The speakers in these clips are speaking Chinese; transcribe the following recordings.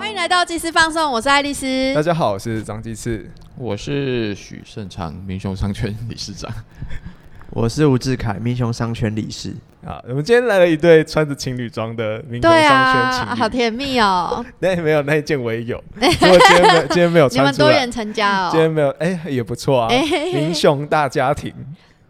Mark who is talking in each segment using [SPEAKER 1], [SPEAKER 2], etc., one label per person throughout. [SPEAKER 1] Hello，即时放送，我是爱丽丝
[SPEAKER 2] 大。家好，我是张鸡翅。
[SPEAKER 3] 我是许盛昌，民雄商圈理事长。
[SPEAKER 4] 我是吴志凯，民雄商圈理事。
[SPEAKER 2] 啊，我们今天来了一对穿着情侣装的民国
[SPEAKER 1] 对
[SPEAKER 2] 商圈
[SPEAKER 1] 啊，
[SPEAKER 2] 情
[SPEAKER 1] 好
[SPEAKER 2] 侣。
[SPEAKER 1] 甜蜜 哦！
[SPEAKER 2] 那、没有那一件我也 有，不过今天没有今天没有
[SPEAKER 1] 你们
[SPEAKER 2] 穿出
[SPEAKER 1] 多
[SPEAKER 2] 来。
[SPEAKER 1] 元成家
[SPEAKER 2] 今天
[SPEAKER 1] 哦。
[SPEAKER 2] 没有，哎、也不错啊，
[SPEAKER 1] 哎嘿嘿
[SPEAKER 2] 民雄大家庭。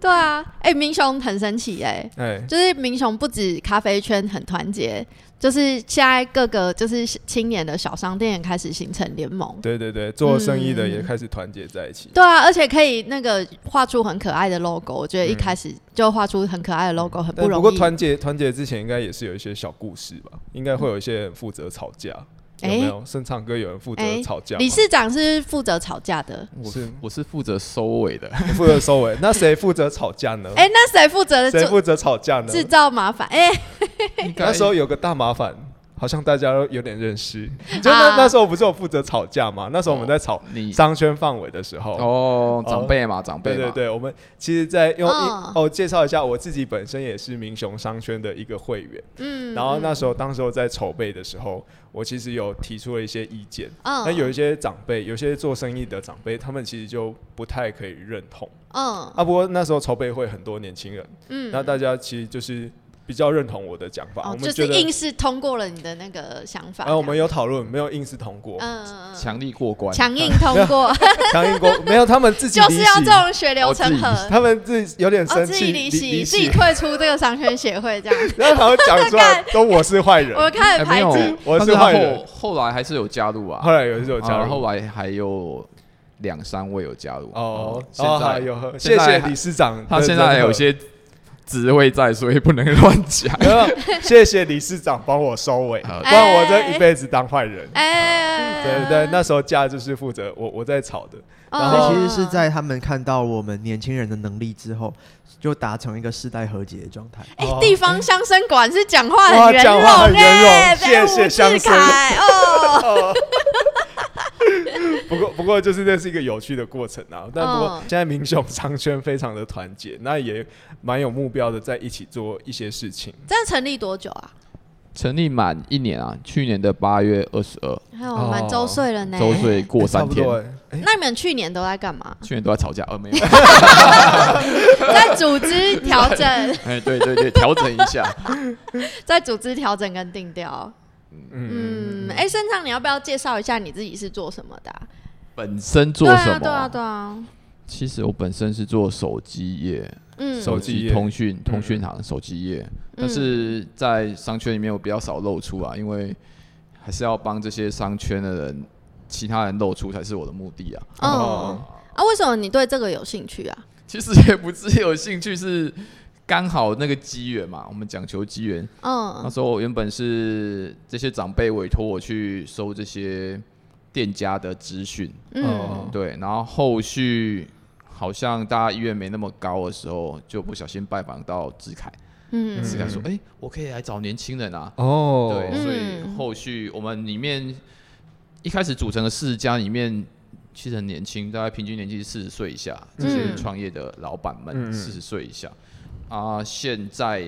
[SPEAKER 1] 对啊，哎、明雄很神奇哎、
[SPEAKER 2] 哎、
[SPEAKER 1] 就是明雄不止咖啡圈很团结，就是现在各个就是青年的小商店也开始形成联盟。
[SPEAKER 2] 对对对，做生意的
[SPEAKER 1] 嗯
[SPEAKER 2] 也开始团结在一起。
[SPEAKER 1] 对啊，而且可以那个画出很可爱的 logo，我觉得一
[SPEAKER 2] 嗯
[SPEAKER 1] 开始就画出很可爱的 logo 很不
[SPEAKER 2] 但嗯不
[SPEAKER 1] 容易。
[SPEAKER 2] 过团结团结之前，应该也是有一些小故事吧？应该会有一些人负责吵架，有没
[SPEAKER 1] 哎
[SPEAKER 2] 有？盛唱歌有人负责
[SPEAKER 1] 哎
[SPEAKER 2] 吵架吗，
[SPEAKER 1] 理事长是负责吵架的，
[SPEAKER 3] 我
[SPEAKER 2] 是
[SPEAKER 3] 我是负责收尾 的，
[SPEAKER 2] 负责收尾，那谁负责吵架呢？
[SPEAKER 1] 哎、那谁负责
[SPEAKER 2] 谁
[SPEAKER 1] 制
[SPEAKER 2] 负责吵架呢？
[SPEAKER 1] 制造麻烦？哎、
[SPEAKER 2] 那时候有个大麻烦，好像大家都有点 认识。就那、
[SPEAKER 1] 啊哦
[SPEAKER 2] 那时候不是有负责吵架嘛？那时候我们在吵
[SPEAKER 3] 你
[SPEAKER 2] 商圈范围的时候。
[SPEAKER 3] 哦，长辈嘛，长辈
[SPEAKER 2] 对
[SPEAKER 3] 嘛，
[SPEAKER 2] 对对，我们其实，在用一
[SPEAKER 1] 嗯
[SPEAKER 2] 哦介绍一下，我自己本身也是民雄商圈的一个会员。
[SPEAKER 1] 嗯，
[SPEAKER 2] 然后那时候，当时候在筹备的时候，我其实有提出了一些意见。
[SPEAKER 1] 嗯
[SPEAKER 2] 那有一些长辈，有些做生意的长辈，他们其实就不太可以认同。
[SPEAKER 1] 嗯
[SPEAKER 2] 啊，不过那时候筹备会很多年轻人，
[SPEAKER 1] 嗯，
[SPEAKER 2] 那大家其实就是比较认同我的讲法。
[SPEAKER 1] 哦
[SPEAKER 2] 我，们
[SPEAKER 1] 就
[SPEAKER 2] 觉
[SPEAKER 1] 是
[SPEAKER 2] 得
[SPEAKER 1] 硬是通过了你的那个想法。
[SPEAKER 2] 然后呃我们有讨论，没有硬是通过
[SPEAKER 1] 这，样嗯嗯嗯
[SPEAKER 3] 强力过关，
[SPEAKER 1] 强硬通过，
[SPEAKER 2] 强硬过没有，他们 自己
[SPEAKER 1] 就是要
[SPEAKER 2] 离席哦
[SPEAKER 1] 这种血流成
[SPEAKER 3] 我
[SPEAKER 1] 河。
[SPEAKER 2] 他们自己有点
[SPEAKER 1] 哦，
[SPEAKER 2] 生
[SPEAKER 1] 自
[SPEAKER 2] 气，
[SPEAKER 1] 己离席，自己
[SPEAKER 2] 席，
[SPEAKER 1] 退出这个商圈协会这 样。
[SPEAKER 2] 然后他们讲出来都我是坏人，
[SPEAKER 1] 我开始
[SPEAKER 3] 哎没
[SPEAKER 1] 排
[SPEAKER 3] 有
[SPEAKER 1] 挤，，
[SPEAKER 2] 我
[SPEAKER 3] 但
[SPEAKER 2] 是坏人
[SPEAKER 3] 后后来还是有加入啊，
[SPEAKER 2] 后来有一次我加
[SPEAKER 3] 啊
[SPEAKER 2] 入，
[SPEAKER 3] 后来还有两三位有加入啊
[SPEAKER 2] 哦，
[SPEAKER 3] 现
[SPEAKER 2] 哦好
[SPEAKER 3] 在
[SPEAKER 2] 有喝，谢
[SPEAKER 3] 现在
[SPEAKER 2] 谢
[SPEAKER 3] 还
[SPEAKER 2] 理事长的
[SPEAKER 3] 他
[SPEAKER 2] 认可，。
[SPEAKER 3] 现在还有些职位在，所以不能乱讲
[SPEAKER 2] 没有，谢谢理事长帮我收尾，不
[SPEAKER 3] 好
[SPEAKER 2] 然我这一辈子当坏人。
[SPEAKER 1] 哎，
[SPEAKER 2] 对对，那时候架就是负责我我在吵的，
[SPEAKER 1] 哦
[SPEAKER 2] 然
[SPEAKER 4] 所
[SPEAKER 2] 后
[SPEAKER 4] 以其实是在他们看到我们年轻人的能力之后，就达成一个世代和解的状态。
[SPEAKER 1] 哎
[SPEAKER 2] 哦，
[SPEAKER 1] 地方乡绅果然是讲话
[SPEAKER 2] 哇
[SPEAKER 1] 很圆
[SPEAKER 2] 讲话很
[SPEAKER 1] 融哎，
[SPEAKER 2] 圆融
[SPEAKER 1] 被
[SPEAKER 2] 谢
[SPEAKER 1] 吴
[SPEAKER 2] 谢乡
[SPEAKER 1] 志凯哦，
[SPEAKER 2] 不过，不过就是这是一个有趣的过程啊。但不过
[SPEAKER 1] 嗯
[SPEAKER 2] 现在民雄商圈非常的团结，那也蛮有目标的，在一起做一些事情。
[SPEAKER 1] 这样成立多久啊？
[SPEAKER 3] 成立满一年啊，去年的八月二十二，
[SPEAKER 1] 还有满周岁了呢。哎
[SPEAKER 2] 哦
[SPEAKER 3] 周岁过
[SPEAKER 2] 差
[SPEAKER 3] 三
[SPEAKER 2] 不
[SPEAKER 3] 天，？
[SPEAKER 2] 多欸
[SPEAKER 1] 那你们去年都在干嘛
[SPEAKER 3] 去年都在吵架，呃没有。
[SPEAKER 1] 在组织调 整，
[SPEAKER 3] 哎，对对对，调整一下。
[SPEAKER 1] 在组织调整跟定调。
[SPEAKER 2] 嗯，
[SPEAKER 1] 嗯，哎，盛畅，你要不要介绍一下你自己是做什么的啊？
[SPEAKER 3] 本身做什么？
[SPEAKER 1] 对啊，对啊，
[SPEAKER 3] 其实我本身是做手机业，
[SPEAKER 1] 对啊，嗯，
[SPEAKER 2] 手
[SPEAKER 3] 手
[SPEAKER 2] 机
[SPEAKER 3] 机
[SPEAKER 2] 业
[SPEAKER 3] 通讯、通讯行手机业，但是在商圈里面我比较少露出啊，因为还是要帮这些商圈的人。其他人露出才是我的目的啊！
[SPEAKER 1] 哦啊，为什么你对这个有兴趣啊？
[SPEAKER 3] 其实也不是有兴趣，是刚好那个机缘嘛。我们讲求机缘，那
[SPEAKER 1] 嗯
[SPEAKER 3] 时候我原本是这些长辈委托我去收这些店家的资讯，
[SPEAKER 1] 嗯，
[SPEAKER 3] 对，然后后续好像大家意愿没那么高的时候，就不小心拜访到志凯，
[SPEAKER 1] 嗯
[SPEAKER 3] 志凯说：“哎、我可以来找年轻人啊。
[SPEAKER 2] 哦
[SPEAKER 3] 对，
[SPEAKER 1] 嗯
[SPEAKER 3] 所以后续我们里面一开始组成的四十家里面。其实很年轻，大概平均年纪四十岁以下，这些
[SPEAKER 1] 嗯
[SPEAKER 3] 创业的老板们
[SPEAKER 2] 嗯
[SPEAKER 3] 四十岁以下啊、现在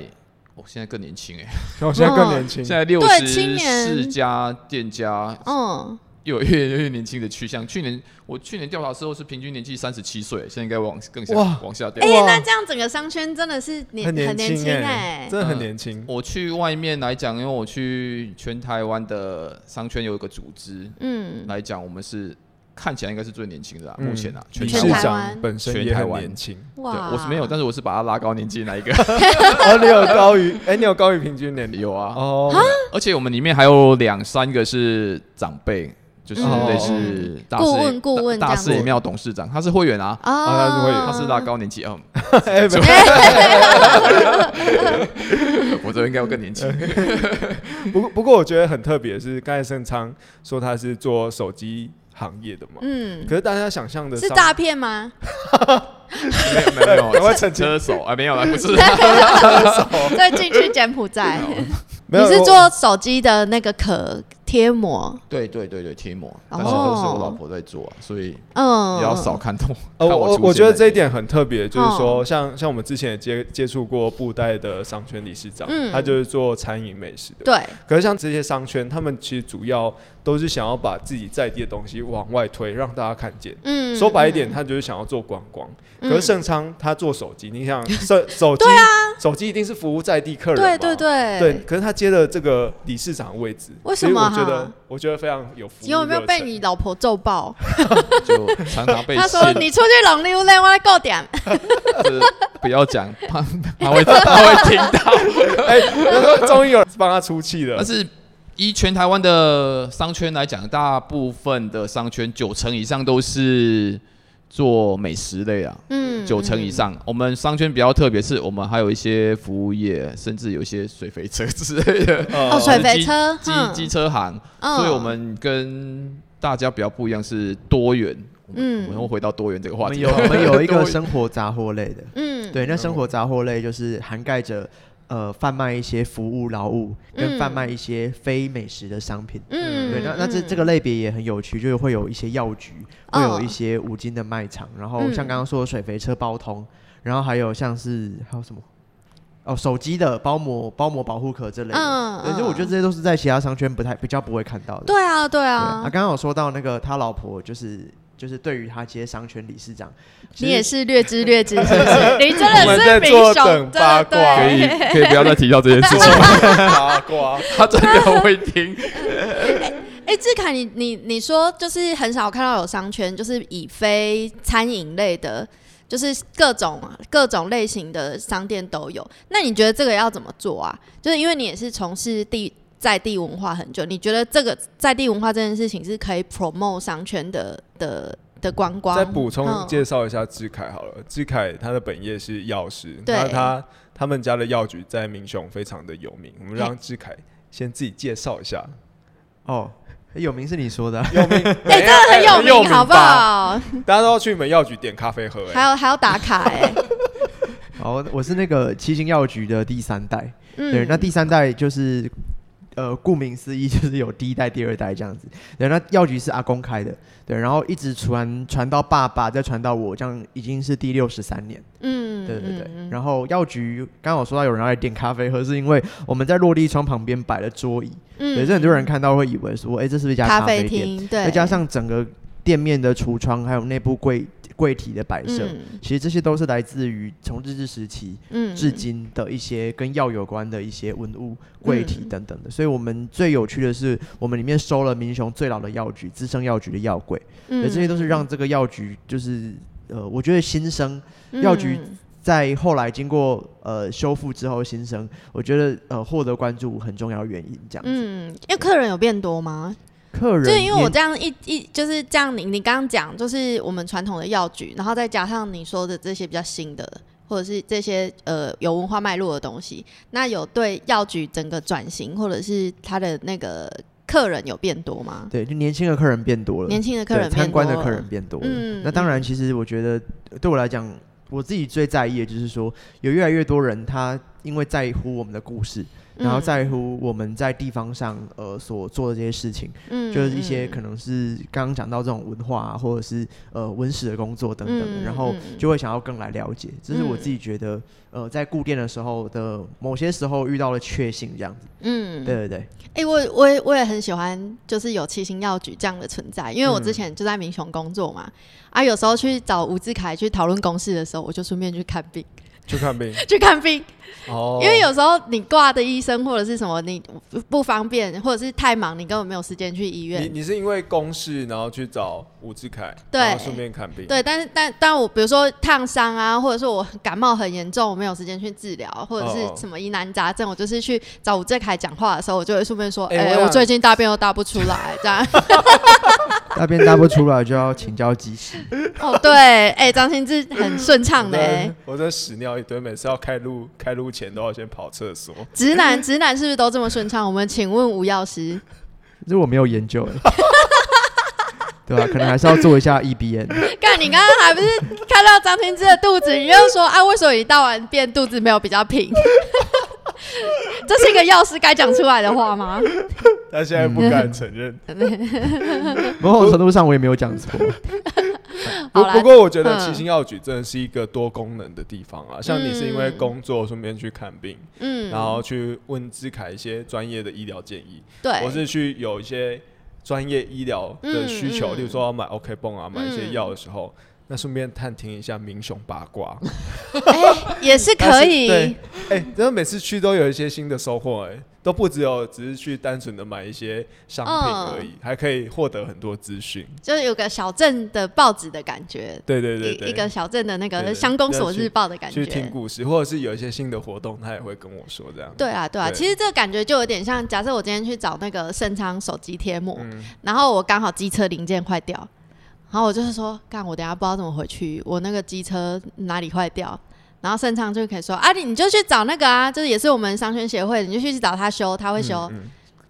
[SPEAKER 3] 我、现在更年轻哎、
[SPEAKER 2] 我现在更年轻
[SPEAKER 3] 现，在六
[SPEAKER 1] 对青
[SPEAKER 3] 十四
[SPEAKER 1] 年
[SPEAKER 3] 家店家
[SPEAKER 1] 嗯，
[SPEAKER 3] 有 越来越年轻的趋向。去年我去年调查之后是平均年纪三十七岁，现在应该往更下
[SPEAKER 2] 哇
[SPEAKER 3] 往下掉
[SPEAKER 1] 哎。
[SPEAKER 2] 哇，
[SPEAKER 1] 那这样整个商圈真的是年
[SPEAKER 2] 很
[SPEAKER 1] 很年
[SPEAKER 2] 轻欸
[SPEAKER 1] 轻哎，
[SPEAKER 2] 真的很年轻。
[SPEAKER 3] 我去外面来讲，因为我去全台湾的商圈有一个组织
[SPEAKER 1] 嗯，
[SPEAKER 3] 来讲，我们是看起来应该是最年轻的、啊，
[SPEAKER 2] 嗯
[SPEAKER 3] 目前啊，全
[SPEAKER 2] 理
[SPEAKER 3] 台
[SPEAKER 2] 事
[SPEAKER 1] 全
[SPEAKER 3] 湾。
[SPEAKER 1] 台
[SPEAKER 2] 长
[SPEAKER 1] 湾
[SPEAKER 2] 本身
[SPEAKER 3] 全
[SPEAKER 2] 也
[SPEAKER 3] 台
[SPEAKER 2] 很
[SPEAKER 3] 湾
[SPEAKER 2] 年轻，
[SPEAKER 3] 对，
[SPEAKER 1] 哇，
[SPEAKER 3] 我是没有，但是我是把他拉高年纪那一个。
[SPEAKER 2] 哦，你有高于，哎，你有高于平均年龄
[SPEAKER 3] 有啊，
[SPEAKER 2] 哦，
[SPEAKER 3] 而且我们里面还有两三个是长辈，就是
[SPEAKER 1] 嗯
[SPEAKER 3] 类似大
[SPEAKER 1] 顾
[SPEAKER 3] 事
[SPEAKER 1] 问顾问
[SPEAKER 3] 大大
[SPEAKER 1] 这样子
[SPEAKER 3] 事爷庙董事长，他是会员啊，
[SPEAKER 2] 啊他是会
[SPEAKER 1] 啊，
[SPEAKER 2] 有
[SPEAKER 3] 他是拉高年纪啊，嗯
[SPEAKER 2] 哎， 没有
[SPEAKER 3] 哎我这应该会更年
[SPEAKER 2] 呃
[SPEAKER 3] 轻。
[SPEAKER 2] 不过不过我觉得很特别，是刚才盛昌说他是做手机行业的嘛，
[SPEAKER 1] 嗯，
[SPEAKER 2] 可是大家想象的
[SPEAKER 1] 是
[SPEAKER 2] 商
[SPEAKER 1] 诈骗吗？
[SPEAKER 3] 没有没有 没
[SPEAKER 2] 赶快
[SPEAKER 3] 有，
[SPEAKER 2] 澄清
[SPEAKER 3] 车手啊，没 有啦，不是
[SPEAKER 1] 再进去柬埔寨，
[SPEAKER 2] 没
[SPEAKER 1] 你
[SPEAKER 2] 有
[SPEAKER 1] 是
[SPEAKER 2] 我
[SPEAKER 1] 做手机的那个壳贴膜，
[SPEAKER 3] 对对对对，贴膜，
[SPEAKER 2] 哦
[SPEAKER 3] 但是都是我老婆在做啊、所以
[SPEAKER 1] 嗯，
[SPEAKER 3] 也要少看动。
[SPEAKER 2] 呃，
[SPEAKER 3] 看
[SPEAKER 2] 我我
[SPEAKER 3] 出
[SPEAKER 2] 我
[SPEAKER 3] 现
[SPEAKER 2] 觉得
[SPEAKER 3] 在
[SPEAKER 2] 这一点很特别，就是说，
[SPEAKER 1] 嗯
[SPEAKER 2] 像像我们之前也接接触过布袋的商圈理事长，
[SPEAKER 1] 嗯
[SPEAKER 2] 他就是做餐饮美食的。
[SPEAKER 1] 对，
[SPEAKER 2] 可是像这些商圈，他们其实主要都是想要把自己在地的东西往外推，让大家看见。
[SPEAKER 1] 嗯，
[SPEAKER 2] 说白一点，他就是想要做观光。
[SPEAKER 1] 嗯，
[SPEAKER 2] 可是盛昌他做手机，你想手手机，手机一定是服务在地客
[SPEAKER 1] 嗯
[SPEAKER 2] 人嘛
[SPEAKER 1] 对对对
[SPEAKER 2] 对，可是他接了这个理事长的位置，
[SPEAKER 1] 为什
[SPEAKER 2] 所以
[SPEAKER 1] 么
[SPEAKER 2] 我觉
[SPEAKER 1] 哈
[SPEAKER 2] 得我觉得非常有服务。
[SPEAKER 1] 有没有被你？老婆揍爆？
[SPEAKER 3] 就常常 被
[SPEAKER 1] 她说
[SPEAKER 3] 限
[SPEAKER 1] 你出去弄溜嘞，我来够点。
[SPEAKER 3] 制不要 讲，怕他会他会听到。
[SPEAKER 2] 哎， 终于有人帮他出气了
[SPEAKER 3] 但。是以全台湾的商圈来讲，大部分的商圈九成以上都是做美食类啊。
[SPEAKER 1] 嗯，
[SPEAKER 3] 九成以上，我们商圈比较特别，是我们还有一些服务业，甚至有一些水肥车之类的，呃
[SPEAKER 1] 嗯。哦，
[SPEAKER 2] 哦
[SPEAKER 1] 水肥车，
[SPEAKER 3] 机
[SPEAKER 1] 嗯
[SPEAKER 3] 机，车行，
[SPEAKER 1] 嗯
[SPEAKER 3] 所以我们跟大家比较不一样是多元。
[SPEAKER 1] 嗯
[SPEAKER 3] 嗯，我们会回到多元这个
[SPEAKER 4] 我
[SPEAKER 3] 话
[SPEAKER 4] 们
[SPEAKER 3] 题。
[SPEAKER 4] 有我们有一
[SPEAKER 3] 多
[SPEAKER 4] 个
[SPEAKER 3] 元
[SPEAKER 4] 生活杂货类的，
[SPEAKER 1] 嗯，
[SPEAKER 4] 对，那生活杂货类就是涵盖着呃贩卖一些服务劳务，跟贩
[SPEAKER 1] 嗯
[SPEAKER 4] 卖一些非美食的商品。
[SPEAKER 1] 嗯，
[SPEAKER 4] 对，那那这这
[SPEAKER 1] 个，
[SPEAKER 4] 个类别也很有趣，就是会有一些药局，会有
[SPEAKER 1] 哦
[SPEAKER 4] 一些五金的卖场，然后
[SPEAKER 1] 嗯
[SPEAKER 4] 像刚刚说的水肥车包通，然后还有像是还有什么？哦，手机的包膜、包膜保护壳这类的，
[SPEAKER 1] 嗯
[SPEAKER 4] 对，就我觉得
[SPEAKER 1] 嗯
[SPEAKER 4] 这些都是在其他商圈不太比较不会看到的。
[SPEAKER 1] 对啊，对
[SPEAKER 4] 对
[SPEAKER 1] 啊，
[SPEAKER 4] 刚刚有说到那个他老婆就是就是对于他接商圈理事长，其
[SPEAKER 1] 你也
[SPEAKER 4] 实
[SPEAKER 1] 是略知略知，是不是？你真的
[SPEAKER 2] 我们
[SPEAKER 1] 是
[SPEAKER 2] 在
[SPEAKER 1] 名
[SPEAKER 2] 做
[SPEAKER 1] 手
[SPEAKER 2] 等
[SPEAKER 1] 对
[SPEAKER 2] 八
[SPEAKER 1] 对
[SPEAKER 2] 卦
[SPEAKER 3] 可 以可以不要再提到这件事情，
[SPEAKER 2] 八卦，
[SPEAKER 3] 他真的会听。
[SPEAKER 1] 哎、志凯，你你你说就是很少看到有商圈，就是以非餐饮类的，就是各种啊各种类型的商店都有。那你觉得这个要怎么做啊？就是因为你也是从事地在地文化很久，你觉得这个在地文化这件事情是可以 promote 商圈的的的观光？
[SPEAKER 2] 再补充
[SPEAKER 1] 嗯
[SPEAKER 2] 介绍一下志凯好了。志凯他的本业是药师，
[SPEAKER 1] 嗯对
[SPEAKER 2] 那他他们家的药局在民雄非常的有名。我们让志凯先自己介绍一下，
[SPEAKER 4] 哦，有名是你说的啊，
[SPEAKER 2] 有名，
[SPEAKER 1] 哎、
[SPEAKER 2] 哎
[SPEAKER 1] 真的很 有名，好不？
[SPEAKER 2] 吧
[SPEAKER 1] 好？
[SPEAKER 2] 大家都要去你们药局点咖啡喝，
[SPEAKER 1] 还
[SPEAKER 2] 哎，
[SPEAKER 1] 有还要打卡哎、
[SPEAKER 4] 哦，我是那个七星药局的第三代，
[SPEAKER 1] 嗯，
[SPEAKER 4] 对，那第三代就是，呃，顾名思义 就是有第一代、第二代这样子。对，那药局是阿公开的，对，然后一直传传到爸爸，再传到我，这样已经是第六十三年。
[SPEAKER 1] 嗯，
[SPEAKER 4] 对对对。
[SPEAKER 1] 嗯
[SPEAKER 4] 然后药局刚好说到有人要来点咖啡喝，是因为我们在落地窗旁边摆了桌椅，
[SPEAKER 1] 嗯
[SPEAKER 4] 对，这很多人看到会以为说，哎、这是不是一家
[SPEAKER 1] 咖
[SPEAKER 4] 啡
[SPEAKER 1] 啡
[SPEAKER 4] 店？
[SPEAKER 1] 厅，对，
[SPEAKER 4] 再加上整个店面的橱窗，还有内部柜柜体的摆设。
[SPEAKER 1] 嗯
[SPEAKER 4] 其实这些都是来自于从日治时期，
[SPEAKER 1] 嗯
[SPEAKER 4] 至今的一些跟药有关的一些文物、柜体
[SPEAKER 1] 嗯
[SPEAKER 4] 等等的。所以我们最有趣的是，我们里面收了民雄最老的药局、资深药局的药柜，
[SPEAKER 1] 嗯
[SPEAKER 4] 对，这些都是让这个药局就是。呃，我觉得新生
[SPEAKER 1] 嗯
[SPEAKER 4] 药局在后来经过呃修复之后，新生我觉得呃获得关注很重要的原因这样子。
[SPEAKER 1] 嗯，嗯因为客人有变多吗？
[SPEAKER 4] 客人
[SPEAKER 1] 就因为我
[SPEAKER 4] 年
[SPEAKER 1] 这样一一就是这样你，你刚刚讲就是我们传统的药局，然后再加上你说的这些比较新的，或者是这些呃有文化脉络的东西，那有对药局整个转型或者是他的那个客人有变多吗？
[SPEAKER 4] 对就年轻的客人变多了，
[SPEAKER 1] 年轻的客
[SPEAKER 4] 对
[SPEAKER 1] 人变
[SPEAKER 4] 参观的
[SPEAKER 1] 多
[SPEAKER 4] 客
[SPEAKER 1] 了
[SPEAKER 4] 人，变多了。
[SPEAKER 1] 嗯
[SPEAKER 4] 那当然，其实我觉得呃对我来讲，我自己最在意的就是说，有越来越多人他因为在乎我们的故事，然后
[SPEAKER 1] 嗯
[SPEAKER 4] 在乎我们在地方上呃所做的这些事情，
[SPEAKER 1] 嗯
[SPEAKER 4] 就是一些
[SPEAKER 1] 嗯
[SPEAKER 4] 可能是刚刚讲到这种文化、啊、或者是呃文史的工作等等的，
[SPEAKER 1] 嗯
[SPEAKER 4] 然后
[SPEAKER 1] 嗯
[SPEAKER 4] 就会想要更来了解。这是我自己觉得呃在固店的时候的某些时候遇到了确信这样子。
[SPEAKER 1] 嗯
[SPEAKER 4] 对对对，
[SPEAKER 1] 哎、我我也我也很喜欢，就是有七星药局这样的存在，因为我之
[SPEAKER 4] 嗯
[SPEAKER 1] 前就在民雄工作嘛，啊，有时候去找吴志凯去讨论公事的时候，我就顺便去看病，
[SPEAKER 2] 去看病
[SPEAKER 1] 去看病，
[SPEAKER 2] 哦
[SPEAKER 1] 因为有时候你挂的医生或者是什么，你不不方便，或者是太忙，你根本没有时间去医
[SPEAKER 2] 你
[SPEAKER 1] 院。
[SPEAKER 2] 你是因为公事，然后去找吴志凯，
[SPEAKER 1] 对
[SPEAKER 2] 然后顺便看病，
[SPEAKER 1] 对，但是但但我比如说烫伤啊，或者是我感冒很严重，我没有时间去治疗，或者是
[SPEAKER 2] 哦哦
[SPEAKER 1] 什么疑难杂症，我就是去找吴志凯讲话的时候，我就会顺便说，
[SPEAKER 2] 哎
[SPEAKER 1] 哎、
[SPEAKER 2] 我想
[SPEAKER 1] 我最近大便又大不出来，这样。
[SPEAKER 4] 大便大不出来就要请教技师。
[SPEAKER 1] 哦，对，哎、张新志很顺畅
[SPEAKER 2] 我
[SPEAKER 1] 的、
[SPEAKER 2] 在
[SPEAKER 1] 欸。
[SPEAKER 2] 我在屎尿一堆，每次要开路开路前都要先跑 厕所。
[SPEAKER 1] 直男，直男是不是都这么顺畅？我们请问吴药师，
[SPEAKER 4] 这我没有研究 欸，对啊吧、可能还是要做一下 E EBN。
[SPEAKER 1] 看你刚刚还不是看到张天志的肚子，你又说啊，为什么你大完便肚子没有比较平？ 这是一个药师该讲出来的话吗？
[SPEAKER 2] 他现在不
[SPEAKER 1] 嗯
[SPEAKER 2] 敢承认。
[SPEAKER 4] 某种程度上我也没有讲错。
[SPEAKER 1] 好
[SPEAKER 2] 不
[SPEAKER 1] 啦
[SPEAKER 2] 不过，我觉得
[SPEAKER 1] 嗯
[SPEAKER 2] 七星药局真的是一个多功能的地方啊。像你是因为工作顺便去看病，
[SPEAKER 1] 嗯，
[SPEAKER 2] 然后去问志凯一些专业的医疗建议。
[SPEAKER 1] 对，
[SPEAKER 2] 我是去有一些专业医疗的需求，
[SPEAKER 1] 嗯嗯
[SPEAKER 2] 例如说要买 OK 泵啊，买一些
[SPEAKER 1] 嗯
[SPEAKER 2] 药的时候，那顺便探听一下民雄八卦，
[SPEAKER 1] 哎也是可
[SPEAKER 2] 但
[SPEAKER 1] 以
[SPEAKER 2] 是。对，哎，真的每次去都有一些新的收获，哎，都不只有只是去单纯的买一些商
[SPEAKER 1] 嗯
[SPEAKER 2] 品而已，还可以获得很多资讯。
[SPEAKER 1] 就是有个小镇的报纸的感觉，
[SPEAKER 2] 对对对
[SPEAKER 1] 一
[SPEAKER 2] 对，
[SPEAKER 1] 一个小镇的那
[SPEAKER 2] 对
[SPEAKER 1] 个
[SPEAKER 2] 对
[SPEAKER 1] 乡公所日报的感
[SPEAKER 2] 去听
[SPEAKER 1] 觉。
[SPEAKER 2] 故事，或者是有一些新的活动，他也会跟我说这样。
[SPEAKER 1] 对啊，对啊，
[SPEAKER 2] 对
[SPEAKER 1] 其实这个感觉就有点像，假设我今天去找那个盛昌手机贴膜，
[SPEAKER 2] 嗯
[SPEAKER 1] 然后我刚好机车零件坏掉，然后我就是说，干，我等一下不知道怎么回去，我那个机车哪里坏掉，然后盛昌就可以说，啊，你你就去找那个啊，就是也是我们商圈协会的，你就去找他修，他会修，
[SPEAKER 2] 嗯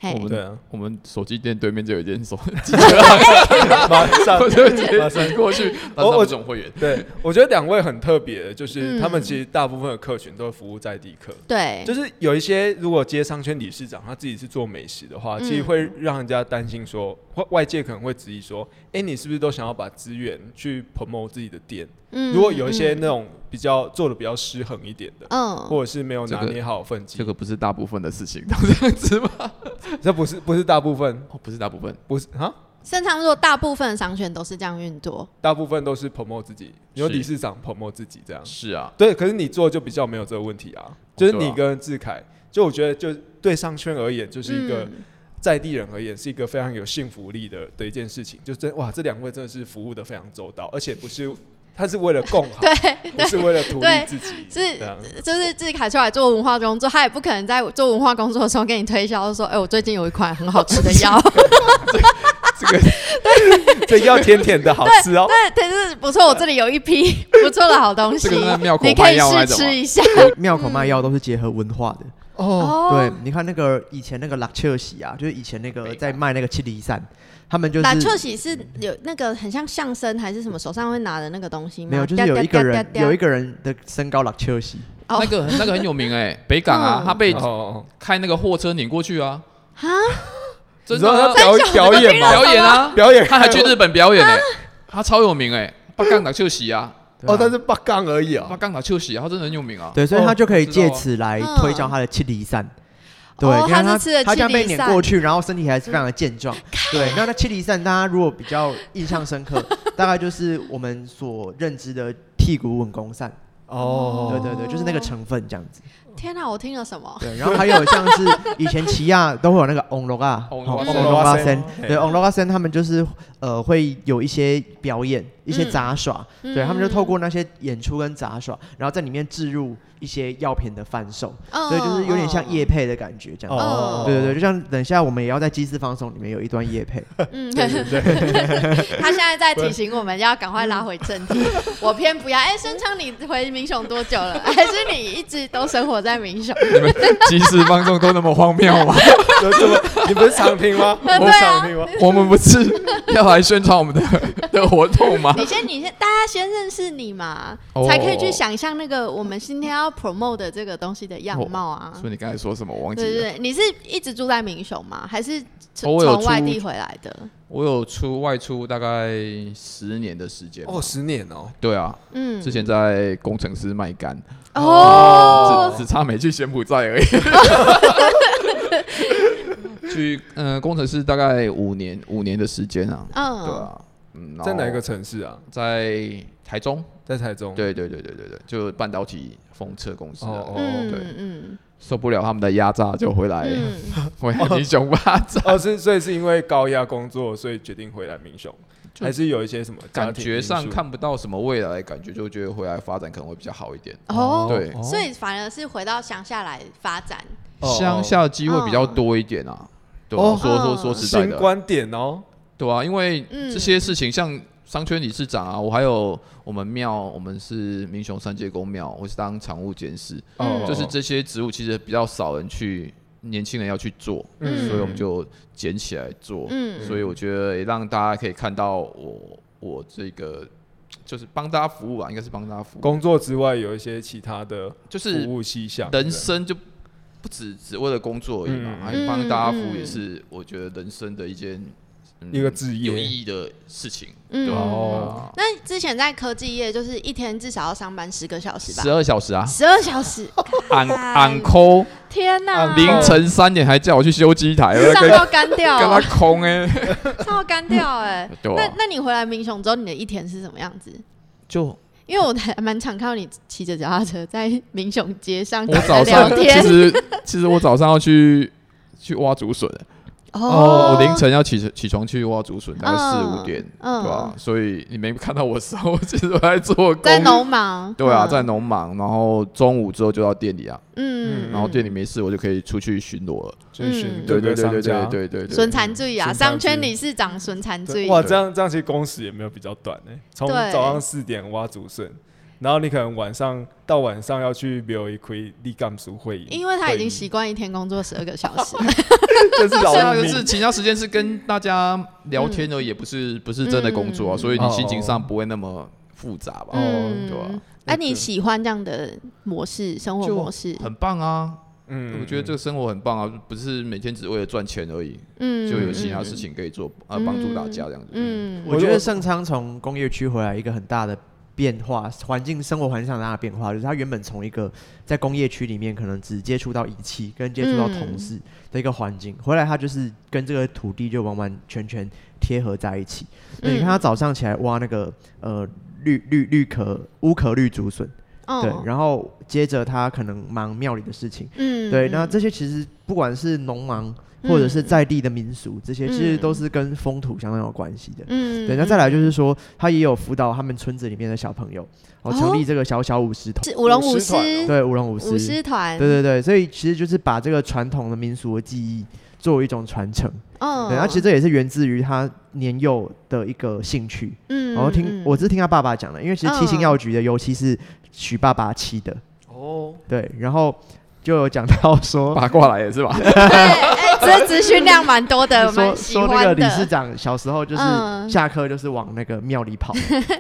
[SPEAKER 1] 嘿，
[SPEAKER 3] 我们
[SPEAKER 2] 对啊，
[SPEAKER 3] 我们手机店对面就有一间手 机，
[SPEAKER 2] 马上
[SPEAKER 3] 我就直
[SPEAKER 2] 马
[SPEAKER 3] 接
[SPEAKER 2] 上
[SPEAKER 3] 转过去，
[SPEAKER 2] 我
[SPEAKER 3] 当上
[SPEAKER 2] 我
[SPEAKER 3] 不总会员。
[SPEAKER 2] 对，我觉得两位很特别，就是
[SPEAKER 1] 嗯
[SPEAKER 2] 他们其实大部分的客群都服务在地客，
[SPEAKER 1] 对，
[SPEAKER 2] 就是有一些如果接商圈理事长他自己是做美食的话，
[SPEAKER 1] 嗯
[SPEAKER 2] 其实会让人家担心说，外外界可能会质疑说，哎，你是不是都想要把资源去 promote 自己的店？
[SPEAKER 1] 嗯
[SPEAKER 2] 如果有一些
[SPEAKER 1] 嗯
[SPEAKER 2] 那种比较做的比较失衡一点的，
[SPEAKER 1] 嗯，
[SPEAKER 2] 或者是没有拿捏好分际
[SPEAKER 3] 这，个不是大部分的事情都这样子吗？
[SPEAKER 2] 这不是不是大部分，
[SPEAKER 3] 哦，不是大部分，
[SPEAKER 2] 不是啊。
[SPEAKER 1] 盛昌说大部分的商圈都是这样运作，
[SPEAKER 2] 大部分都是 promote 自己，有
[SPEAKER 3] 是
[SPEAKER 2] 理事长 promote 自己这样。
[SPEAKER 3] 是啊，
[SPEAKER 2] 对，可是你做就比较没有这个问题啊，就是
[SPEAKER 3] 对
[SPEAKER 2] 你
[SPEAKER 3] 啊
[SPEAKER 2] 跟志凯，就我觉得就对商圈而言，就是一个
[SPEAKER 1] 嗯
[SPEAKER 2] 在地人而言，是一个非常有幸福力的的一件事情。就真哇，这两位真的是服务的非常周到，而且不是他是为了共好，
[SPEAKER 1] 对
[SPEAKER 2] 不是为了图利
[SPEAKER 1] 对
[SPEAKER 2] 自己，
[SPEAKER 1] 是
[SPEAKER 2] 这样。
[SPEAKER 1] 就是自己凯出来做文化工作，他也不可能在做文化工作的时候跟你推销说，哎、我最近有一款很好吃的 药，
[SPEAKER 3] 这个
[SPEAKER 2] 这要甜甜的好吃哦。
[SPEAKER 1] 对，但是不错，我这里有一批不错的好东西
[SPEAKER 3] 这个是庙，口
[SPEAKER 1] 你可
[SPEAKER 3] 卖
[SPEAKER 1] 以
[SPEAKER 3] 药那
[SPEAKER 1] 试
[SPEAKER 3] 种吗
[SPEAKER 1] 吃一下。
[SPEAKER 4] 庙口卖药都是结合文化的，
[SPEAKER 2] 哦，
[SPEAKER 1] 哦
[SPEAKER 4] 对，，你看那个以前那个拉切喜啊，就是以前那个在卖那个七厘散，他们就是
[SPEAKER 1] 打秋喜是有那个很像相声还是什么手上会拿的那个东西吗？
[SPEAKER 4] 没有，就是有一个人有一
[SPEAKER 1] 个
[SPEAKER 4] 个人的身高拉切喜，
[SPEAKER 1] 哦
[SPEAKER 3] 那个那个很有名哎，北港啊，他被
[SPEAKER 2] 哦哦，
[SPEAKER 3] 开那个货车碾过去啊，
[SPEAKER 1] 啊，
[SPEAKER 2] 你
[SPEAKER 3] 真
[SPEAKER 2] 知道
[SPEAKER 3] 的
[SPEAKER 2] 他
[SPEAKER 3] 啊
[SPEAKER 2] 表
[SPEAKER 1] 三小
[SPEAKER 2] 表演
[SPEAKER 1] 你知道
[SPEAKER 2] 吗？
[SPEAKER 3] 表演啊，
[SPEAKER 2] 表演，
[SPEAKER 3] 他还去日本表演哎，他超有名哎，八杠打秀喜啊，
[SPEAKER 2] 哦，他
[SPEAKER 4] 但是
[SPEAKER 2] 是八杠而已啊
[SPEAKER 3] 八。杠打秀喜啊，他真的很有名啊。
[SPEAKER 4] 对，
[SPEAKER 1] 哦
[SPEAKER 4] 所以他就可以
[SPEAKER 3] 知道
[SPEAKER 4] 借
[SPEAKER 3] 啊
[SPEAKER 4] 此来
[SPEAKER 1] 嗯
[SPEAKER 4] 推销他的七厘散。对，
[SPEAKER 1] 哦
[SPEAKER 4] 你看
[SPEAKER 1] 他
[SPEAKER 4] 他
[SPEAKER 1] 是吃了
[SPEAKER 4] 他这样
[SPEAKER 1] 七厘
[SPEAKER 4] 被
[SPEAKER 1] 散
[SPEAKER 4] 碾过去，然后身体还是非常的健壮。对，那那七厘散，大家如果比较印象深 刻，大概就是我们所认知的剔骨稳宫散。
[SPEAKER 2] 哦
[SPEAKER 4] 对对对，就是那个成分这样子。
[SPEAKER 1] 天哪、我听了什么？
[SPEAKER 4] 对，然后还有像是以前奇亚都会有那个 on log 啊
[SPEAKER 3] On Roga
[SPEAKER 4] 哦 on
[SPEAKER 2] Sen
[SPEAKER 4] log
[SPEAKER 2] 哦
[SPEAKER 4] sen，
[SPEAKER 1] 啊
[SPEAKER 2] 嘿
[SPEAKER 4] 对 on log sen 他们就是呃会有一些表演、一些杂耍，
[SPEAKER 1] 嗯
[SPEAKER 4] 对他们就透
[SPEAKER 1] 嗯
[SPEAKER 4] 过那些演出跟杂耍，然后在里面置入一些药品的贩售，
[SPEAKER 1] 嗯
[SPEAKER 4] 所以就是有点像夜配的感觉这样。
[SPEAKER 1] 哦
[SPEAKER 4] 对对对，就像等一下我们也要在《机智放送》里面有一段 夜配，
[SPEAKER 1] 嗯， 他现在在提醒我们要赶快拉回正题。我偏不要。哎、申昌，你回民雄多久了？还是你一直都生活在民雄？
[SPEAKER 3] 你们即时放纵都那么荒谬 吗？
[SPEAKER 2] 有这么？你不是常听吗？
[SPEAKER 1] 对啊
[SPEAKER 2] 我不常听吗？
[SPEAKER 3] 我们不是要来宣传我们的的活动 吗？
[SPEAKER 1] 你先，你先，大家先认识你嘛，
[SPEAKER 3] 哦
[SPEAKER 1] 才可以去想象那个我们今天要 promote 的这个东西的样貌啊。
[SPEAKER 3] 哦所以你刚才说什么？我忘记
[SPEAKER 1] 对对
[SPEAKER 3] 了。
[SPEAKER 1] 对，你是一直住在民雄吗？还是
[SPEAKER 3] 哦
[SPEAKER 1] 从
[SPEAKER 3] 我有
[SPEAKER 1] 从外
[SPEAKER 3] 出
[SPEAKER 1] 地回来的？
[SPEAKER 3] 我有出外出大概十年的时间。
[SPEAKER 2] 哦，十年哦，
[SPEAKER 3] 对啊，
[SPEAKER 1] 嗯
[SPEAKER 3] 之，前在工程师卖干，
[SPEAKER 1] 哦，
[SPEAKER 3] 只只差没去柬埔寨而已。 去嗯、呃，工程师大概五年五年的时间啊。
[SPEAKER 1] 嗯，
[SPEAKER 3] 对啊，嗯，然后
[SPEAKER 2] 哦在哪一个城市啊？
[SPEAKER 3] 在台中。
[SPEAKER 2] 在台中。
[SPEAKER 3] 对对对对对对，就半导体封测公司啊、
[SPEAKER 2] 哦哦
[SPEAKER 1] 嗯
[SPEAKER 3] 对
[SPEAKER 1] 嗯
[SPEAKER 3] 受不了他们的压榨就回来、
[SPEAKER 1] 嗯，
[SPEAKER 3] 回来民雄霸占。
[SPEAKER 2] 哦，是所以是因为高压工作，所以决定回来民雄，
[SPEAKER 3] 就
[SPEAKER 2] 还是有一些什么家
[SPEAKER 3] 感
[SPEAKER 2] 庭
[SPEAKER 3] 觉
[SPEAKER 2] 因
[SPEAKER 3] 上
[SPEAKER 2] 素
[SPEAKER 3] 看不到什么未来，感觉就觉得回来发展可能会比较好一点。
[SPEAKER 1] 哦，
[SPEAKER 3] 对
[SPEAKER 1] 所以反而是回到乡下来发展。
[SPEAKER 2] 哦
[SPEAKER 3] 乡下机会比较多一点啊。对啊
[SPEAKER 2] 哦
[SPEAKER 3] 说说
[SPEAKER 1] 嗯
[SPEAKER 3] 说实在
[SPEAKER 2] 新
[SPEAKER 3] 的，
[SPEAKER 2] 观点哦，
[SPEAKER 3] 对啊，因为
[SPEAKER 1] 嗯
[SPEAKER 3] 这些事情像商圈理事长啊，我还有我们庙，我们是民雄三界公庙，我是当常务监事，
[SPEAKER 2] 哦
[SPEAKER 1] 嗯
[SPEAKER 3] 就是这些职务其实比较少人去，年轻人要去做，
[SPEAKER 1] 嗯
[SPEAKER 3] 所以我们就捡起来做。
[SPEAKER 1] 嗯
[SPEAKER 3] 所以我觉得也让大家可以看到我我这个就是帮大家服务啊，应该是帮大家服务，
[SPEAKER 2] 工作之外有一些其他的
[SPEAKER 3] 就是
[SPEAKER 2] 服务细项，
[SPEAKER 3] 人生就不只只为了工作而已嘛，
[SPEAKER 2] 嗯
[SPEAKER 3] 还帮大家服务
[SPEAKER 1] 嗯嗯
[SPEAKER 3] 也是我觉得人生的一件、嗯
[SPEAKER 2] 一个置业
[SPEAKER 3] 有意义的事情，
[SPEAKER 1] 嗯
[SPEAKER 3] 对啊吧？
[SPEAKER 2] 哦
[SPEAKER 1] 那之前在科技业，就是一天至少要上班十个小时吧
[SPEAKER 3] 十？二小时啊
[SPEAKER 1] 十二小 时，
[SPEAKER 3] ，on on call，
[SPEAKER 1] 天哪！
[SPEAKER 3] 啊凌晨三点还叫我去修机台，我在
[SPEAKER 1] 上
[SPEAKER 3] 跟 跟
[SPEAKER 1] 到干掉，
[SPEAKER 3] 他空哎、
[SPEAKER 1] 上到干掉哎、
[SPEAKER 3] 对
[SPEAKER 1] 那
[SPEAKER 3] 啊，
[SPEAKER 1] 那你回来民雄之后，你的一天是什么样子？
[SPEAKER 3] 就
[SPEAKER 1] 因为我还蛮常看到你骑着脚踏车在民雄街上
[SPEAKER 3] 我早上
[SPEAKER 1] 聊
[SPEAKER 3] 其
[SPEAKER 1] 天
[SPEAKER 3] 实其实我早上要去去挖竹笋，
[SPEAKER 1] 哦
[SPEAKER 3] 哦我凌晨要起起床去挖竹笋，大概四
[SPEAKER 1] 嗯
[SPEAKER 3] 五点，
[SPEAKER 1] 嗯
[SPEAKER 3] 对啊吧？所以你没看到我的时候，其实我在做工
[SPEAKER 1] 在，农忙，
[SPEAKER 3] 对啊，
[SPEAKER 1] 嗯
[SPEAKER 3] 在农忙，然后中午之后就到店里啊，
[SPEAKER 1] 嗯，
[SPEAKER 3] 然后店里没事，我就可以出去巡逻了。
[SPEAKER 2] 就是
[SPEAKER 1] 嗯
[SPEAKER 2] 各个
[SPEAKER 3] 对对对
[SPEAKER 2] 商
[SPEAKER 3] 对
[SPEAKER 2] 家
[SPEAKER 3] 对对对对，
[SPEAKER 1] 孙残醉啊，
[SPEAKER 2] 孙残
[SPEAKER 1] 商
[SPEAKER 2] 醉
[SPEAKER 1] 圈理事长孙残醉，
[SPEAKER 2] 哇，这样这样其实工时也没有比较短哎、从
[SPEAKER 1] 对
[SPEAKER 2] 早上四点挖竹笋，然后你可能晚上到晚上要去留一亏立干书会议，
[SPEAKER 1] 因为他已经习
[SPEAKER 2] 惯，
[SPEAKER 1] 惯一天工作十二个小时，
[SPEAKER 2] 这是
[SPEAKER 3] 是
[SPEAKER 2] 劳
[SPEAKER 3] 啊，
[SPEAKER 2] 力
[SPEAKER 3] 可是其他时间是跟大家聊天而已，也不是不是真的工作啊，
[SPEAKER 1] 嗯
[SPEAKER 3] 所以你心情上不会那么复杂吧？
[SPEAKER 1] 嗯，
[SPEAKER 3] 哦对啊吧？
[SPEAKER 1] 哎、你喜欢这样的模式，生活
[SPEAKER 3] 就
[SPEAKER 1] 模式？
[SPEAKER 3] 很棒啊，
[SPEAKER 2] 嗯
[SPEAKER 3] 我觉得这个生活很棒啊，不是每天只为了赚钱而已，
[SPEAKER 1] 嗯，
[SPEAKER 3] 就有其他事情可以做，呃，帮助大家这样子。
[SPEAKER 1] 嗯。嗯
[SPEAKER 4] 我觉得盛昌从工业区回来一个很大的变化，环境生活环境上很大的变化，就是他原本从一个在工业区里面可能只接触到仪器跟接触到同事
[SPEAKER 1] 嗯
[SPEAKER 4] 的一个环境，回来他就是跟这个土地就完完全全贴合在一起。
[SPEAKER 1] 嗯
[SPEAKER 4] 那你看他早上起来挖那个呃绿绿绿壳乌壳绿竹笋，
[SPEAKER 1] 哦
[SPEAKER 4] 对，然后接着他可能忙庙里的事情。
[SPEAKER 1] 嗯
[SPEAKER 4] 对，
[SPEAKER 1] 嗯
[SPEAKER 4] 那这些其实不管是农忙或者是
[SPEAKER 1] 嗯
[SPEAKER 4] 在地的民俗，这些其实
[SPEAKER 1] 嗯
[SPEAKER 4] 都是跟风土相当有关系的。
[SPEAKER 1] 嗯，
[SPEAKER 4] 对，那再来就是说，他也有辅导他们村子里面的小朋友，哦，成立这个小小舞狮团，
[SPEAKER 1] 是舞龙
[SPEAKER 2] 舞
[SPEAKER 1] 舞
[SPEAKER 2] 狮团
[SPEAKER 3] 哦
[SPEAKER 1] 狮，
[SPEAKER 4] 对，舞龙舞狮，
[SPEAKER 1] 舞狮团，
[SPEAKER 4] 对对对，所以其实就是把这个传统的民俗的记忆作为一种传承，
[SPEAKER 1] 嗯，
[SPEAKER 4] 对，那其实这也是源自于他年幼的一个兴趣，
[SPEAKER 1] 嗯，
[SPEAKER 4] 然后听
[SPEAKER 1] 嗯
[SPEAKER 4] 我是听他爸爸讲的，因为其实七星
[SPEAKER 1] 嗯
[SPEAKER 4] 药局的油漆是许爸爸漆的，
[SPEAKER 2] 哦，
[SPEAKER 4] 对，然后就有讲到说，
[SPEAKER 3] 八卦来也是吧？
[SPEAKER 1] 对，哎，这资讯量蛮多的，我
[SPEAKER 4] 说
[SPEAKER 1] 蛮喜
[SPEAKER 4] 说那个
[SPEAKER 1] 欢
[SPEAKER 4] 理事
[SPEAKER 1] 的。
[SPEAKER 4] 长小时候就是
[SPEAKER 1] 嗯
[SPEAKER 4] 下课就是往那个庙里跑，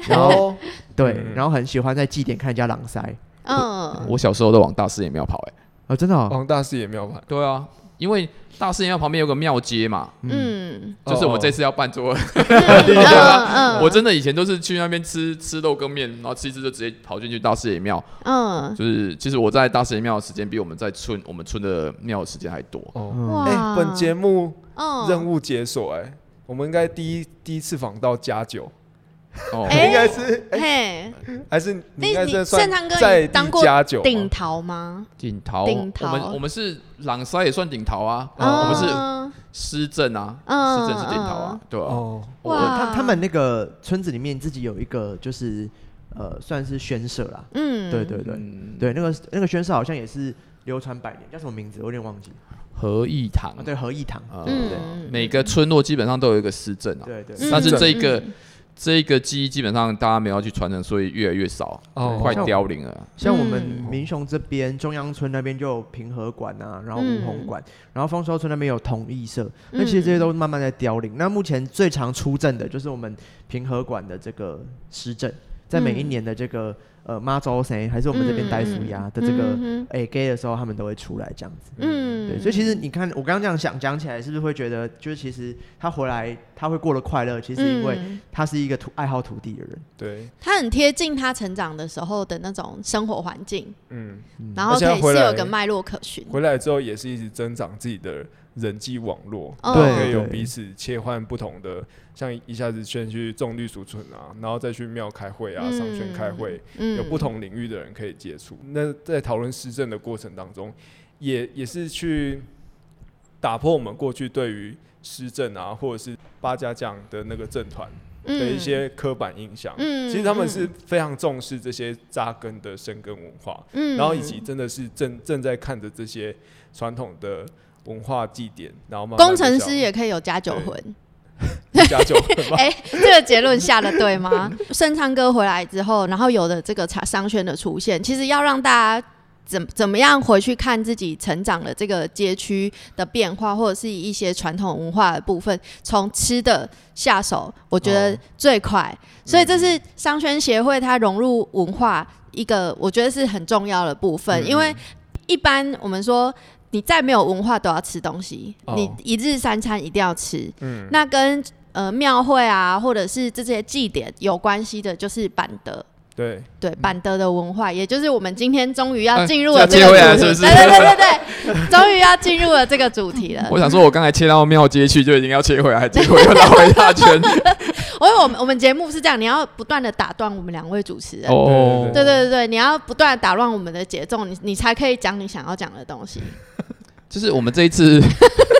[SPEAKER 2] 然
[SPEAKER 4] 哦
[SPEAKER 2] 后
[SPEAKER 4] 对，
[SPEAKER 2] 嗯
[SPEAKER 4] 然后很喜欢在祭典看人家朗塞。
[SPEAKER 1] 嗯，
[SPEAKER 3] 我小时候都往大寺爷庙跑，哎，
[SPEAKER 4] 哦，真的哦，
[SPEAKER 2] 王大师也庙盘，
[SPEAKER 3] 对啊，因为大寺爷庙旁边有个庙街嘛，
[SPEAKER 1] 嗯，
[SPEAKER 3] 就是我们这
[SPEAKER 2] 次
[SPEAKER 3] 次要办桌，
[SPEAKER 1] 嗯嗯，
[SPEAKER 4] 啊
[SPEAKER 3] 我真的以前都是去那边吃吃肉羹面，然后吃一吃就直接跑进去大寺爷庙。
[SPEAKER 1] 嗯
[SPEAKER 3] 就是其实我在大寺爷庙的时间比我们在村我们村的庙的时间还 多。
[SPEAKER 2] 哦，
[SPEAKER 4] 嗯，
[SPEAKER 1] 哇
[SPEAKER 2] 哎，，本节目
[SPEAKER 1] 嗯
[SPEAKER 2] 任务解锁哎，我们应该第一第一次访到加九，
[SPEAKER 3] 哦，
[SPEAKER 1] 哎
[SPEAKER 2] 应该是
[SPEAKER 4] 哎
[SPEAKER 1] 嘿，
[SPEAKER 2] 还是你应该
[SPEAKER 1] 你
[SPEAKER 2] 是算
[SPEAKER 1] 盛昌哥
[SPEAKER 2] 在
[SPEAKER 1] 你当
[SPEAKER 2] 地
[SPEAKER 1] 过
[SPEAKER 2] 加九吗
[SPEAKER 1] 顶桃吗？
[SPEAKER 3] 顶桃，
[SPEAKER 1] 顶桃
[SPEAKER 3] 我们我们是朗塞也算顶桃啊，
[SPEAKER 1] 哦
[SPEAKER 3] 我们是施政啊，
[SPEAKER 1] 嗯
[SPEAKER 3] 施政是顶桃啊，对啊，
[SPEAKER 2] 哦，
[SPEAKER 1] 哇
[SPEAKER 3] 我
[SPEAKER 4] 他他们那个村子里面自己有一个就是呃，算是宣社啦，
[SPEAKER 1] 嗯，
[SPEAKER 4] 对对对、
[SPEAKER 3] 嗯
[SPEAKER 4] 对，那个那个宣社好像也是流传百年，叫什么名字我有点忘记
[SPEAKER 3] 合义堂
[SPEAKER 4] 啊，，对，合义堂，
[SPEAKER 3] 呃
[SPEAKER 1] 嗯，嗯，
[SPEAKER 3] 每个村落基本上都有一个施政啊，
[SPEAKER 4] 对对
[SPEAKER 1] 嗯
[SPEAKER 3] 但是这
[SPEAKER 1] 嗯
[SPEAKER 3] 个这个记忆基本上大家没有要去传承，所以越来越少，
[SPEAKER 2] 哦
[SPEAKER 3] 快凋零了。
[SPEAKER 4] 像我们
[SPEAKER 1] 嗯
[SPEAKER 4] 民雄这边中央村那边就有平和馆啊，然后
[SPEAKER 1] 嗯
[SPEAKER 4] 吴红馆，然后丰收村那边有同义社，
[SPEAKER 1] 嗯
[SPEAKER 4] 那其实这些都慢慢在凋零。那目前最常出阵的就是我们平和馆的这个施政，在每一
[SPEAKER 1] 嗯
[SPEAKER 4] 年的这个呃妈祖神还是我们这边呆鼠鸭的这个
[SPEAKER 1] 嗯
[SPEAKER 4] 哎 gay 的时候，他们都会出来这样子。
[SPEAKER 1] 嗯，
[SPEAKER 4] 对，所以其实你看，我刚刚这样想讲起来，是不是会觉得，就是其实他回来他会过得快乐，其实因为
[SPEAKER 1] 嗯
[SPEAKER 4] 他是一个土爱好土地的人。
[SPEAKER 2] 对，
[SPEAKER 1] 他很贴近他成长的时候的那种生活环境，
[SPEAKER 2] 嗯，
[SPEAKER 1] 然后
[SPEAKER 2] 而且他
[SPEAKER 1] 可以
[SPEAKER 2] 回
[SPEAKER 1] 是有
[SPEAKER 2] 来
[SPEAKER 1] 个脉络可循。
[SPEAKER 2] 回来之后也是一直增长自己的人际网络，
[SPEAKER 1] 嗯
[SPEAKER 4] 对
[SPEAKER 2] 可以有彼此切换不同的，像一下子先去种绿树村啊，然后再去庙开会啊，
[SPEAKER 1] 嗯
[SPEAKER 2] 上圈开会，
[SPEAKER 1] 嗯
[SPEAKER 2] 有不同领域的人可以接触。那在讨论施政的过程当中，也也是去打破我们过去对于施政啊，或者是八家将的那个政团的一些刻板印象。
[SPEAKER 1] 嗯，嗯
[SPEAKER 2] 其实他们是非常重视这些扎根的生根文化，
[SPEAKER 1] 嗯，
[SPEAKER 2] 然后以及真的是正正在看着这些传统的文化祭典，然后慢慢地
[SPEAKER 1] 工程师也可以有加九
[SPEAKER 2] 对
[SPEAKER 1] 魂。
[SPEAKER 2] 像加 九分吧。
[SPEAKER 1] 哎、这个结论下的对吗？ 盛昌哥回来之后，然后有的这个茶商圈的出现，其实要让大家。怎怎么样回去看自己成长的这个街区的变化，或者是一些传统文化的部分，从吃的下手，我觉得
[SPEAKER 2] 哦嗯
[SPEAKER 1] 最快。所以这是商圈协会它融入文化一个，我觉得是很重要的部分，
[SPEAKER 2] 嗯
[SPEAKER 1] 因为一般我们说你再没有文化都要吃东西，
[SPEAKER 2] 哦
[SPEAKER 1] 你一日三餐一定要吃。
[SPEAKER 2] 嗯，
[SPEAKER 1] 那跟呃庙会啊，或者是这些祭典有关系的，就是板德。
[SPEAKER 2] 对，
[SPEAKER 1] 对板德的文化，也就是我们今天终于要进入
[SPEAKER 3] 嗯哎
[SPEAKER 1] 了这个
[SPEAKER 3] 要切回来
[SPEAKER 1] 主题，
[SPEAKER 3] 是不
[SPEAKER 1] 对
[SPEAKER 3] 是
[SPEAKER 1] 对对对对，终于要进入了这个主题了。
[SPEAKER 3] 我想说，我刚才切到庙街去就已经要切回来，结果又绕了一大圈。
[SPEAKER 1] 我因为我们我们节目是这样，你要不断的打断我们两位主持人，
[SPEAKER 3] 哦，
[SPEAKER 1] 对对对对，你要不断的打乱我们的节奏，你你才可以讲你想要讲的东西。
[SPEAKER 3] 就是我们这一次，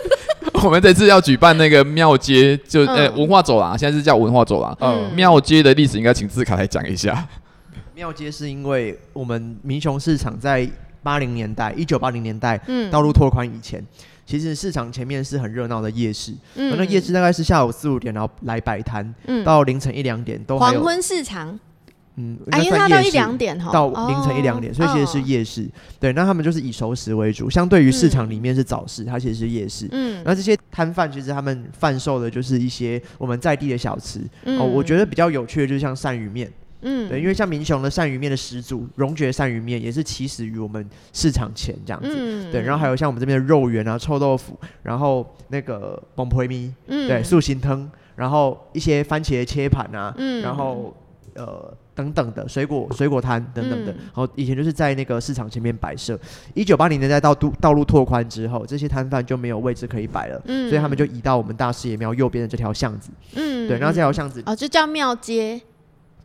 [SPEAKER 3] 我们这次要举办那个庙街，就呃、
[SPEAKER 1] 嗯
[SPEAKER 3] 文化走廊，现在是叫文化走廊。
[SPEAKER 1] 嗯
[SPEAKER 3] 呃庙街的历史应该请志凯来讲一下。
[SPEAKER 4] 庙街是因为我们民雄市场在八零年代、一九八零年代
[SPEAKER 1] 嗯
[SPEAKER 4] 道路拓宽以前，其实市场前面是很热闹的夜市。
[SPEAKER 1] 嗯
[SPEAKER 4] 那夜市大概是下午四五点，然后来摆摊，
[SPEAKER 1] 嗯
[SPEAKER 4] 到凌晨一两点都还
[SPEAKER 1] 黄
[SPEAKER 4] 有。
[SPEAKER 1] 昏市场，
[SPEAKER 4] 嗯，
[SPEAKER 1] 啊，
[SPEAKER 4] 那
[SPEAKER 1] 因为它
[SPEAKER 4] 算
[SPEAKER 1] 到
[SPEAKER 4] 夜
[SPEAKER 1] 一
[SPEAKER 4] 市。
[SPEAKER 1] 两点哈，
[SPEAKER 4] 到凌晨一两点，所以其实是
[SPEAKER 1] 哦，
[SPEAKER 4] 夜市。对，那他们就是以熟食为主，相对于市场里面是早市，它其实是夜市。
[SPEAKER 1] 嗯
[SPEAKER 4] 那这些摊贩其实他们贩售的就是一些我们在地的小吃、哦，我觉
[SPEAKER 1] 得，
[SPEAKER 4] 得比较有趣的就是像鳝鱼面，
[SPEAKER 1] 嗯
[SPEAKER 4] 对，因为像民雄的鳝鱼面的始祖荣爵鳝鱼面也是起始于我们市场前这样子，
[SPEAKER 1] 嗯
[SPEAKER 4] 对，然后还有像我们这边的肉圆啊、臭豆腐，然后那个崩皮咪，
[SPEAKER 1] 嗯
[SPEAKER 4] 对，素心汤，然后一些番茄切盘啊，
[SPEAKER 1] 嗯
[SPEAKER 4] 然后呃等等的水果水果摊等等的，
[SPEAKER 1] 嗯
[SPEAKER 4] 然后以前就是在那个市场前面摆设。一九八零年代到都道路拓宽之后，这些摊贩就没有位置可以摆了，
[SPEAKER 1] 嗯
[SPEAKER 4] 所以他们就移到我们大视野庙右边的这条巷子，
[SPEAKER 1] 嗯
[SPEAKER 4] 对，然后这
[SPEAKER 1] 样
[SPEAKER 4] 条巷子
[SPEAKER 1] 哦，就叫庙街，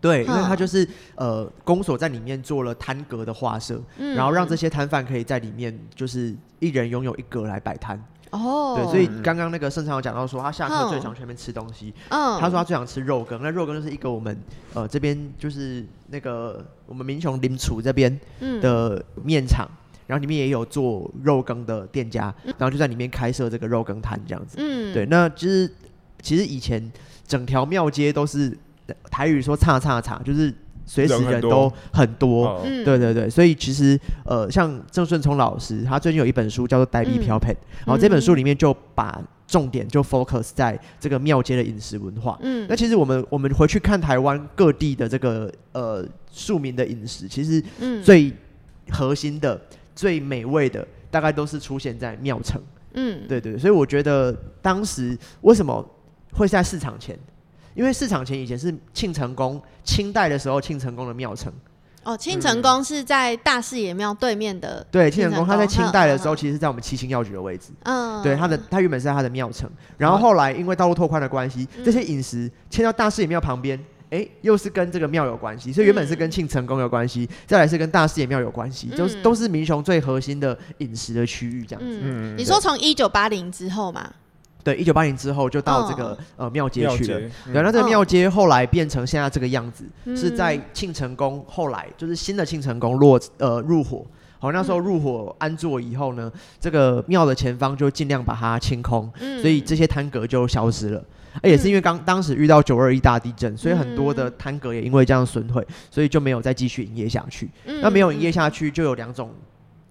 [SPEAKER 4] 对，因为
[SPEAKER 1] 哈
[SPEAKER 4] 它就是呃，公所在里面做了摊格的画设，
[SPEAKER 1] 嗯
[SPEAKER 4] 然后让这些摊贩可以在里面就是一人拥有一格来摆摊。
[SPEAKER 1] 哦，
[SPEAKER 4] 对，所以刚刚那个盛昌有讲到说，他下课最
[SPEAKER 1] 嗯
[SPEAKER 4] 常去那边吃东西，
[SPEAKER 1] 嗯，
[SPEAKER 4] 他说他最想吃肉羹，那肉羹就是一个我们呃这边就是那个我们民雄林楚这边
[SPEAKER 1] 嗯
[SPEAKER 4] 的面厂，然后里面也有做肉羹的店家，然后就在里面开设这个肉羹摊这样子。
[SPEAKER 1] 嗯
[SPEAKER 4] 对，那就是其实以前整条庙街都是呃台语说“叉叉叉”，就是随时
[SPEAKER 2] 人很
[SPEAKER 4] 人
[SPEAKER 2] 多
[SPEAKER 4] 都很多。
[SPEAKER 2] 哦
[SPEAKER 1] 嗯
[SPEAKER 4] 对对对，所以其实呃，像郑顺聪老师，他最近有一本书叫做《呆
[SPEAKER 1] 嗯
[SPEAKER 4] 逼飘配》，然后这本书里面就把重点就 focus 在这个庙街的饮食文化。
[SPEAKER 1] 嗯
[SPEAKER 4] 那其实我们我们回去看台湾各地的这个呃庶民的饮食，其实
[SPEAKER 1] 嗯
[SPEAKER 4] 最核心的、最美味的，大概都是出现在庙城。
[SPEAKER 1] 嗯
[SPEAKER 4] 对对，对所以我觉得当时为什么会在市场前？因为市场前以前是庆成宫，清代的时候庆成宫的庙城。
[SPEAKER 1] 哦，庆成宫是在大视野庙对面的，
[SPEAKER 4] 嗯对，庆成宫它在清代的时候，
[SPEAKER 1] 嗯
[SPEAKER 4] 其实是在我们七星药局的位置。
[SPEAKER 1] 嗯，
[SPEAKER 4] 对，它的它原本是在它的庙城，然后后来因为道路拓宽的关系，
[SPEAKER 1] 嗯
[SPEAKER 4] 这些饮食迁到大士野庙旁边，哎，又是跟这个庙有关系，所以原本是跟庆成宫有关系，再来是跟大士野庙有关系，就是
[SPEAKER 1] 嗯
[SPEAKER 4] 都是民雄最核心的饮食的区域这样子。
[SPEAKER 1] 嗯，
[SPEAKER 2] 嗯
[SPEAKER 1] 你说从一九八零之后嘛，
[SPEAKER 4] 对，一九八零之后就到这
[SPEAKER 1] 哦
[SPEAKER 4] 个呃庙街
[SPEAKER 2] 庙
[SPEAKER 4] 去了
[SPEAKER 2] 街。，
[SPEAKER 4] 对，那这个
[SPEAKER 1] 嗯
[SPEAKER 4] 庙街后来变成现在这个样子，
[SPEAKER 1] 嗯
[SPEAKER 4] 是在庆成宫后来就是新的庆成宫落呃入伙。好，那时候入伙安坐以后呢，这个庙的前方就尽量把它清空，
[SPEAKER 1] 嗯
[SPEAKER 4] 所以这些摊格就消失了。而也是因为刚当时遇到九二一大地震，所以很多的摊格也因为这样损毁，所以就没有再继续营业下去。
[SPEAKER 1] 嗯
[SPEAKER 4] 那没有营业下去，就有两种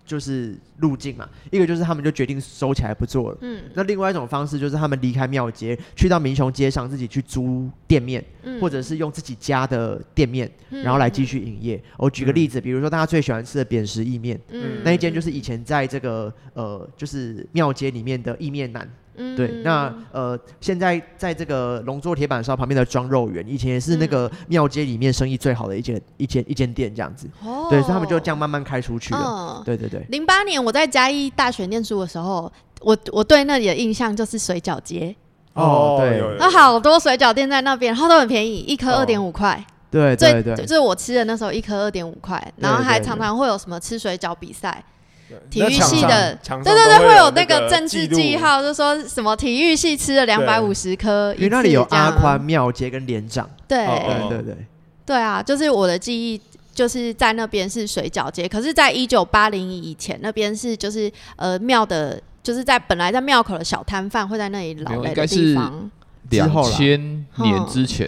[SPEAKER 4] 就是路径嘛，一个就是他们就决定收起来不做了。
[SPEAKER 1] 嗯
[SPEAKER 4] 那另外一种方式就是他们离开庙街，去到民雄街上自己去租店面，
[SPEAKER 1] 嗯
[SPEAKER 4] 或者是用自己家的店面，
[SPEAKER 1] 嗯
[SPEAKER 4] 然后来继续营业。我举个例子，比如说大家最喜欢吃的扁食意面，
[SPEAKER 1] 嗯
[SPEAKER 4] 那一间就是以前在这个呃，就是庙街里面的意面男。
[SPEAKER 1] 嗯
[SPEAKER 4] 对，那呃，现在在这个龙座铁板烧旁边的庄肉圆，以前也
[SPEAKER 1] 嗯
[SPEAKER 4] 是那个庙街里面生意最好的一间一间一间店这样子。
[SPEAKER 1] 哦
[SPEAKER 4] 对，所以他们就这样慢慢开出去了。
[SPEAKER 1] 嗯，
[SPEAKER 4] 对对对，
[SPEAKER 1] 零八年我在嘉义大学念书的时候，我我对那里的印象就是水饺街，
[SPEAKER 4] 哦对哦
[SPEAKER 2] 有有
[SPEAKER 1] 那好多水饺店在那边，然后都很便宜，一颗二点五块，
[SPEAKER 4] 对
[SPEAKER 1] 最
[SPEAKER 4] 对
[SPEAKER 1] 就
[SPEAKER 4] 对，
[SPEAKER 1] 是我吃的那时候一颗二点五块，
[SPEAKER 4] 对
[SPEAKER 1] 然后还
[SPEAKER 4] 对
[SPEAKER 1] 常常会有什么吃水饺比赛，
[SPEAKER 2] 对
[SPEAKER 1] 体育系的
[SPEAKER 2] 那墙上，
[SPEAKER 1] 对对
[SPEAKER 2] 墙上都
[SPEAKER 1] 对，会有
[SPEAKER 2] 那
[SPEAKER 1] 那个政治记
[SPEAKER 2] 录，
[SPEAKER 1] 号，就说什么体育系吃了两百五十颗，
[SPEAKER 4] 因为那
[SPEAKER 1] 一
[SPEAKER 4] 里
[SPEAKER 1] 次
[SPEAKER 4] 有
[SPEAKER 1] 这样啊
[SPEAKER 4] 阿宽、，庙街跟连长。
[SPEAKER 2] 哦
[SPEAKER 1] 对
[SPEAKER 2] 哦
[SPEAKER 4] 对对对。
[SPEAKER 1] 对啊，就是我的记忆。就是在那边是水饺街，可是，在一九八零以前，那边是就是呃庙的，就是在本来在庙口的小摊贩会在那里
[SPEAKER 3] 没
[SPEAKER 1] 老
[SPEAKER 3] 有
[SPEAKER 1] 来
[SPEAKER 3] 应
[SPEAKER 1] 的
[SPEAKER 3] 该
[SPEAKER 1] 地
[SPEAKER 3] 是
[SPEAKER 1] 方。
[SPEAKER 3] 两
[SPEAKER 4] 之后啦
[SPEAKER 3] 千年
[SPEAKER 1] 哦
[SPEAKER 3] 之前，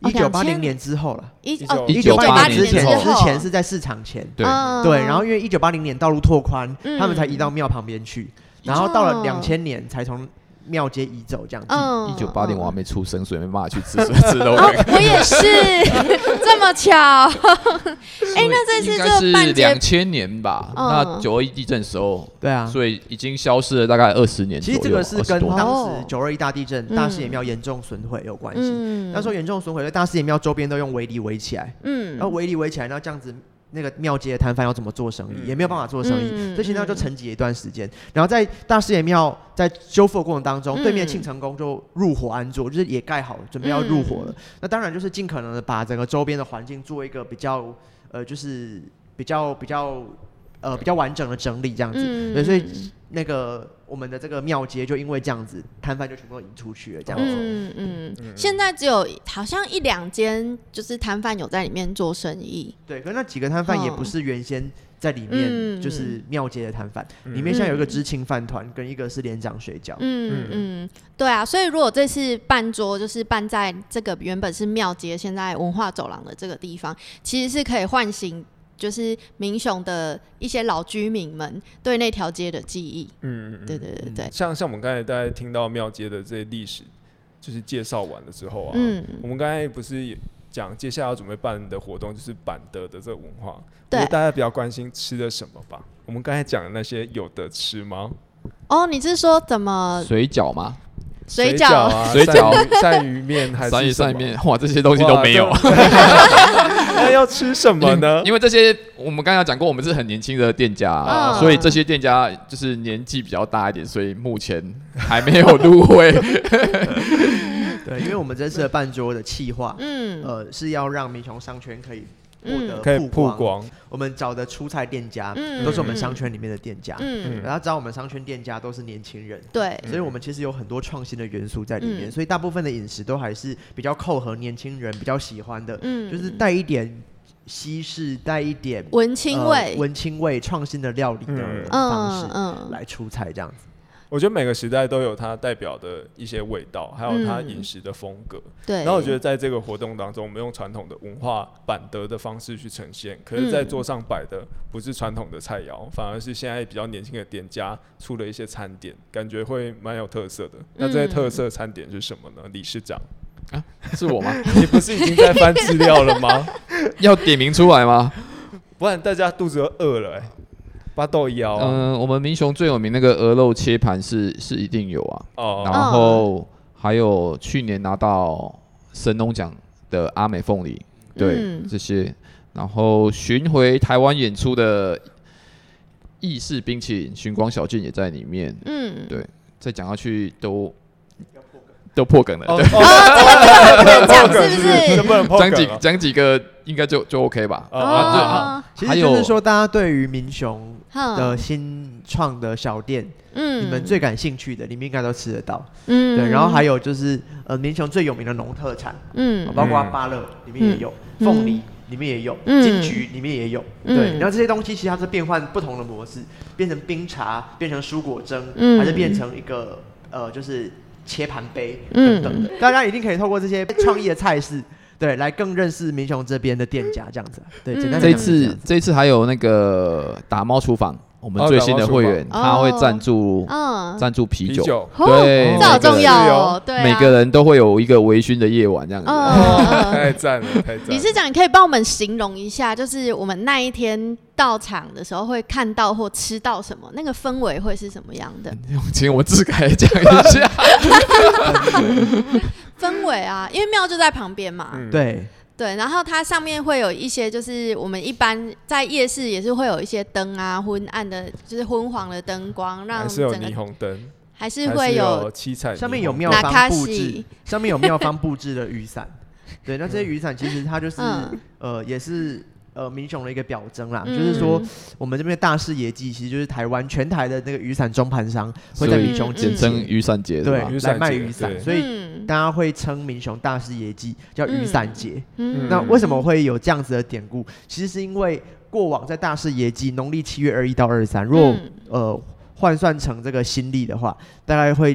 [SPEAKER 1] 哦
[SPEAKER 4] 一九八
[SPEAKER 1] 2000
[SPEAKER 4] 零年之后了，
[SPEAKER 1] 一
[SPEAKER 2] 19
[SPEAKER 1] 哦
[SPEAKER 4] 一
[SPEAKER 3] 1980
[SPEAKER 4] 九八
[SPEAKER 1] 1980
[SPEAKER 4] 零之前
[SPEAKER 1] 年
[SPEAKER 4] 之
[SPEAKER 1] 后
[SPEAKER 4] 前是在市场前，
[SPEAKER 3] 对，
[SPEAKER 1] 嗯
[SPEAKER 4] 对，然后因为一九八零年道路拓宽，
[SPEAKER 1] 嗯
[SPEAKER 4] 他们才移到庙旁边去，然后到
[SPEAKER 1] 哦
[SPEAKER 4] 了两千年才从庙街移走这样子。
[SPEAKER 1] 嗯
[SPEAKER 3] 一九八零我还没出生，所以没办法去吃吃
[SPEAKER 1] 哦
[SPEAKER 3] 肉，
[SPEAKER 1] 我也是 这么巧？哎那这次
[SPEAKER 3] 应该
[SPEAKER 1] 就是半截
[SPEAKER 3] 两千年吧，
[SPEAKER 1] 嗯
[SPEAKER 3] 那九二一地震的时候，
[SPEAKER 4] 对啊，
[SPEAKER 3] 所以已经消失了大概二十年
[SPEAKER 4] 其
[SPEAKER 3] 左
[SPEAKER 4] 实
[SPEAKER 3] 右，
[SPEAKER 4] 这个是
[SPEAKER 3] 20
[SPEAKER 4] 跟
[SPEAKER 3] 多
[SPEAKER 1] 它
[SPEAKER 3] 年
[SPEAKER 4] 当
[SPEAKER 1] 哦
[SPEAKER 4] 时九二一大地震、大寺岩庙严重损毁有关系。
[SPEAKER 1] 嗯
[SPEAKER 4] 那时候严重损毁，所以大寺岩庙周边都用围篱围起来，然后
[SPEAKER 1] 嗯，
[SPEAKER 4] 围篱围起来，那这样子那个庙街的摊贩要怎么做生意，
[SPEAKER 2] 嗯
[SPEAKER 4] 也没有办法做生意，
[SPEAKER 1] 嗯
[SPEAKER 4] 所以现在就沉寂了一段时间。然后在大寺岩庙在修复的过程当中，
[SPEAKER 1] 嗯
[SPEAKER 4] 对面庆成宫就入伙安坐，就是也盖好了，准备要入
[SPEAKER 1] 嗯
[SPEAKER 4] 伙了。那当然就是尽可能的把整个周边的环境做一个比较呃，就是比较比较呃比较完整的整理这样子。
[SPEAKER 1] 嗯
[SPEAKER 4] 对，所以那个我们的这个庙街就因为这样子，摊贩就全部都移出去了，这样子。
[SPEAKER 1] 嗯嗯，现在只有好像一两间就是摊贩有在里面做生意，
[SPEAKER 4] 对，可是那几个摊贩也
[SPEAKER 1] 哦
[SPEAKER 4] 不是原先在里
[SPEAKER 1] 嗯
[SPEAKER 4] 面就是庙街的摊贩，
[SPEAKER 2] 嗯
[SPEAKER 4] 里面现在有一个知青饭团，跟一个是连长水饺。
[SPEAKER 1] 嗯嗯，对啊，所以如果这次办桌就是办在这个原本是庙街，现在文化走廊的这个地方，其实是可以唤醒就是民雄的一些老居民们对那条街的记忆。
[SPEAKER 2] 嗯嗯嗯
[SPEAKER 1] 对对对对，
[SPEAKER 2] 像像我们刚才大家听到庙街的这些历史，就是介绍完了之后啊，
[SPEAKER 1] 嗯
[SPEAKER 2] 我们刚才不是也讲接下来要准备办的活动就是板德的这个文化，我
[SPEAKER 1] 对
[SPEAKER 2] 觉得大家比较关心吃的什么吧。我们刚才讲的那些有的吃吗？
[SPEAKER 1] 哦，你是说怎么
[SPEAKER 3] 水饺嘛，
[SPEAKER 1] 水
[SPEAKER 2] 饺
[SPEAKER 1] 饺？
[SPEAKER 2] 啊，
[SPEAKER 3] 水饺
[SPEAKER 2] 鳝鱼鳝鱼面还
[SPEAKER 3] 三
[SPEAKER 2] 是
[SPEAKER 3] 鱼
[SPEAKER 2] 什
[SPEAKER 3] 上
[SPEAKER 2] 么
[SPEAKER 3] 面，哇，这些东西都没有
[SPEAKER 2] 哇。对 那要吃 什么呢？
[SPEAKER 3] 因为这些我们刚才讲过，我们是很年轻的店家、啊
[SPEAKER 1] 嗯
[SPEAKER 3] 所以这些店家就是年纪比较大一点，所以目前还没有入 会。
[SPEAKER 4] 对，因为我们这次的办桌的企划，
[SPEAKER 1] 嗯
[SPEAKER 4] 呃，是要让民雄商圈可以获
[SPEAKER 1] 嗯
[SPEAKER 2] 可以曝
[SPEAKER 4] 得曝光。
[SPEAKER 2] 光，
[SPEAKER 4] 我们找的出菜店家
[SPEAKER 1] 嗯
[SPEAKER 4] 都是我们
[SPEAKER 1] 嗯
[SPEAKER 4] 商圈里面的店家，
[SPEAKER 1] 嗯，
[SPEAKER 4] 然后找我们商圈店家都是年轻人。
[SPEAKER 1] 对，
[SPEAKER 2] 嗯
[SPEAKER 4] 所以，我们其实有很多创新的元素在里面，
[SPEAKER 1] 嗯
[SPEAKER 4] 所以大部分的饮食都还是比较扣合年轻人比较喜欢的，
[SPEAKER 1] 嗯，
[SPEAKER 4] 就是带一点西式，带一点
[SPEAKER 1] 文青
[SPEAKER 4] 呃
[SPEAKER 1] 味，
[SPEAKER 4] 文青味、创新的料理的
[SPEAKER 2] 嗯
[SPEAKER 4] 方式
[SPEAKER 1] 嗯
[SPEAKER 4] 来出菜，这样子。
[SPEAKER 2] 我觉得每个时代都有它代表的一些味道，还有它
[SPEAKER 1] 嗯
[SPEAKER 2] 饮食的风格。
[SPEAKER 1] 对。
[SPEAKER 2] 然后我觉得在这个活动当中，我们用传统的文化板德的方式去呈现，可是，在桌上摆的不是传统的菜肴，
[SPEAKER 1] 嗯
[SPEAKER 2] 反而是现在比较年轻的店家出了一些餐点，感觉会蛮有特色的。
[SPEAKER 1] 嗯
[SPEAKER 2] 那这些特色餐点是什么呢？理事长，
[SPEAKER 3] 是我吗？
[SPEAKER 2] 你不是已经在翻资料了吗？
[SPEAKER 3] 要点名出来吗？
[SPEAKER 2] 不然大家肚子都饿了、欸，巴豆腰啊、
[SPEAKER 3] 嗯、我们民雄最有名那个鹅肉切盘是是一定有啊，然
[SPEAKER 2] 哦，
[SPEAKER 3] 后还有去年拿到神农奖的阿美凤梨，对、
[SPEAKER 1] 嗯
[SPEAKER 3] 这些，然后巡回台湾演出的意式冰淇淋寻光小径也在里面，
[SPEAKER 1] 嗯，
[SPEAKER 3] 对再讲下去都都破梗了，
[SPEAKER 2] 哦
[SPEAKER 3] 对，
[SPEAKER 1] 哦，这个不能讲，是不
[SPEAKER 2] 这
[SPEAKER 1] 是？
[SPEAKER 2] 不能破
[SPEAKER 3] 讲
[SPEAKER 2] 梗
[SPEAKER 3] 几
[SPEAKER 2] 啊
[SPEAKER 3] 讲几个应该就就 OK 吧。
[SPEAKER 2] 哦
[SPEAKER 3] 啊对
[SPEAKER 1] 哦
[SPEAKER 3] 啊，
[SPEAKER 4] 其
[SPEAKER 3] 还
[SPEAKER 4] 实
[SPEAKER 3] 有
[SPEAKER 4] 就是说，大家对于民雄
[SPEAKER 1] 哼
[SPEAKER 4] 的新创的小店，
[SPEAKER 1] 嗯
[SPEAKER 4] 你们最感兴趣的，你们应该都吃得到。
[SPEAKER 1] 嗯
[SPEAKER 4] 对，然后还有就是，呃，民雄最有名的农特产，哦
[SPEAKER 1] 嗯
[SPEAKER 4] 包括芭乐里面也有，
[SPEAKER 1] 嗯
[SPEAKER 4] 凤梨里面也有，
[SPEAKER 1] 嗯
[SPEAKER 4] 金桔里面也有。
[SPEAKER 1] 嗯
[SPEAKER 4] 对，然后这些东西其实它是变换不同的模式，变成冰茶，变成蔬果蒸，
[SPEAKER 1] 嗯
[SPEAKER 4] 还是变成一个呃，就是切盘杯
[SPEAKER 1] 嗯
[SPEAKER 4] 等等的。大家一定可以透过这些创意的菜式，对，来更认识民雄这边的店家这样子。啊对，简
[SPEAKER 1] 嗯
[SPEAKER 4] 单
[SPEAKER 3] 这
[SPEAKER 4] 来
[SPEAKER 3] 一
[SPEAKER 4] 讲是这样
[SPEAKER 3] 次
[SPEAKER 4] 子
[SPEAKER 3] 这一次还有那个打猫厨房，我们
[SPEAKER 2] 哦
[SPEAKER 3] 最新的会员，
[SPEAKER 1] 打
[SPEAKER 3] 他
[SPEAKER 1] 猫厨
[SPEAKER 3] 会
[SPEAKER 1] 房
[SPEAKER 3] 赞助
[SPEAKER 1] 嗯，
[SPEAKER 3] 赞助啤
[SPEAKER 2] 啤
[SPEAKER 3] 酒，
[SPEAKER 2] 酒，
[SPEAKER 3] 对，
[SPEAKER 1] 哦
[SPEAKER 3] 每
[SPEAKER 1] 这好
[SPEAKER 3] 个
[SPEAKER 1] 重
[SPEAKER 3] 人
[SPEAKER 1] 要哦，对啊，
[SPEAKER 3] 每个人都会有一个微醺的夜晚这样 子。
[SPEAKER 1] 嗯，嗯。
[SPEAKER 2] 太赞了，太赞了！
[SPEAKER 1] 理事长，你可以帮我们形容一下，就是我们那一天到场的时候会看到或吃到什么，那个氛围会是什么样
[SPEAKER 3] 嗯
[SPEAKER 1] 的
[SPEAKER 3] 请 我自改讲一下。
[SPEAKER 1] 氛围啊？因为庙就在旁边嘛，
[SPEAKER 2] 嗯
[SPEAKER 4] 对，
[SPEAKER 1] 对，然后它上面会有一些，就是我们一般在夜市也是会有一些灯啊，昏暗的，就是昏黄的灯光，让
[SPEAKER 2] 还是有
[SPEAKER 1] 整
[SPEAKER 2] 霓
[SPEAKER 1] 个
[SPEAKER 2] 虹灯，
[SPEAKER 1] 还是
[SPEAKER 2] 还
[SPEAKER 1] 会
[SPEAKER 2] 是
[SPEAKER 1] 有
[SPEAKER 2] 有七彩霓虹灯，
[SPEAKER 4] 上面有妙
[SPEAKER 1] 哪
[SPEAKER 4] 方
[SPEAKER 1] 卡
[SPEAKER 4] 布
[SPEAKER 1] 西
[SPEAKER 4] 置，上面有妙方布置的雨伞。对，那这些雨伞其实它就是、
[SPEAKER 1] 嗯
[SPEAKER 4] 呃，也是呃民雄的一个表征啦，
[SPEAKER 1] 嗯
[SPEAKER 4] 就是说我们这边的大视野季，其实就是台湾全台的那个雨伞中盘商会在民雄
[SPEAKER 1] 所以
[SPEAKER 4] 集
[SPEAKER 3] 简
[SPEAKER 4] 结
[SPEAKER 3] 称雨伞节是
[SPEAKER 4] 对
[SPEAKER 3] 吧
[SPEAKER 2] 雨伞
[SPEAKER 4] 来卖
[SPEAKER 2] 节
[SPEAKER 4] 雨伞
[SPEAKER 2] 对，
[SPEAKER 4] 所以
[SPEAKER 1] 嗯
[SPEAKER 4] 大家会称民雄大视野季叫雨伞节。
[SPEAKER 1] 嗯
[SPEAKER 4] 那为什么会有这样子的典故？其实是因为过往在大视野季农历七月二一到二三，如果、
[SPEAKER 1] 嗯
[SPEAKER 4] 呃换算成这个新历的话，大概会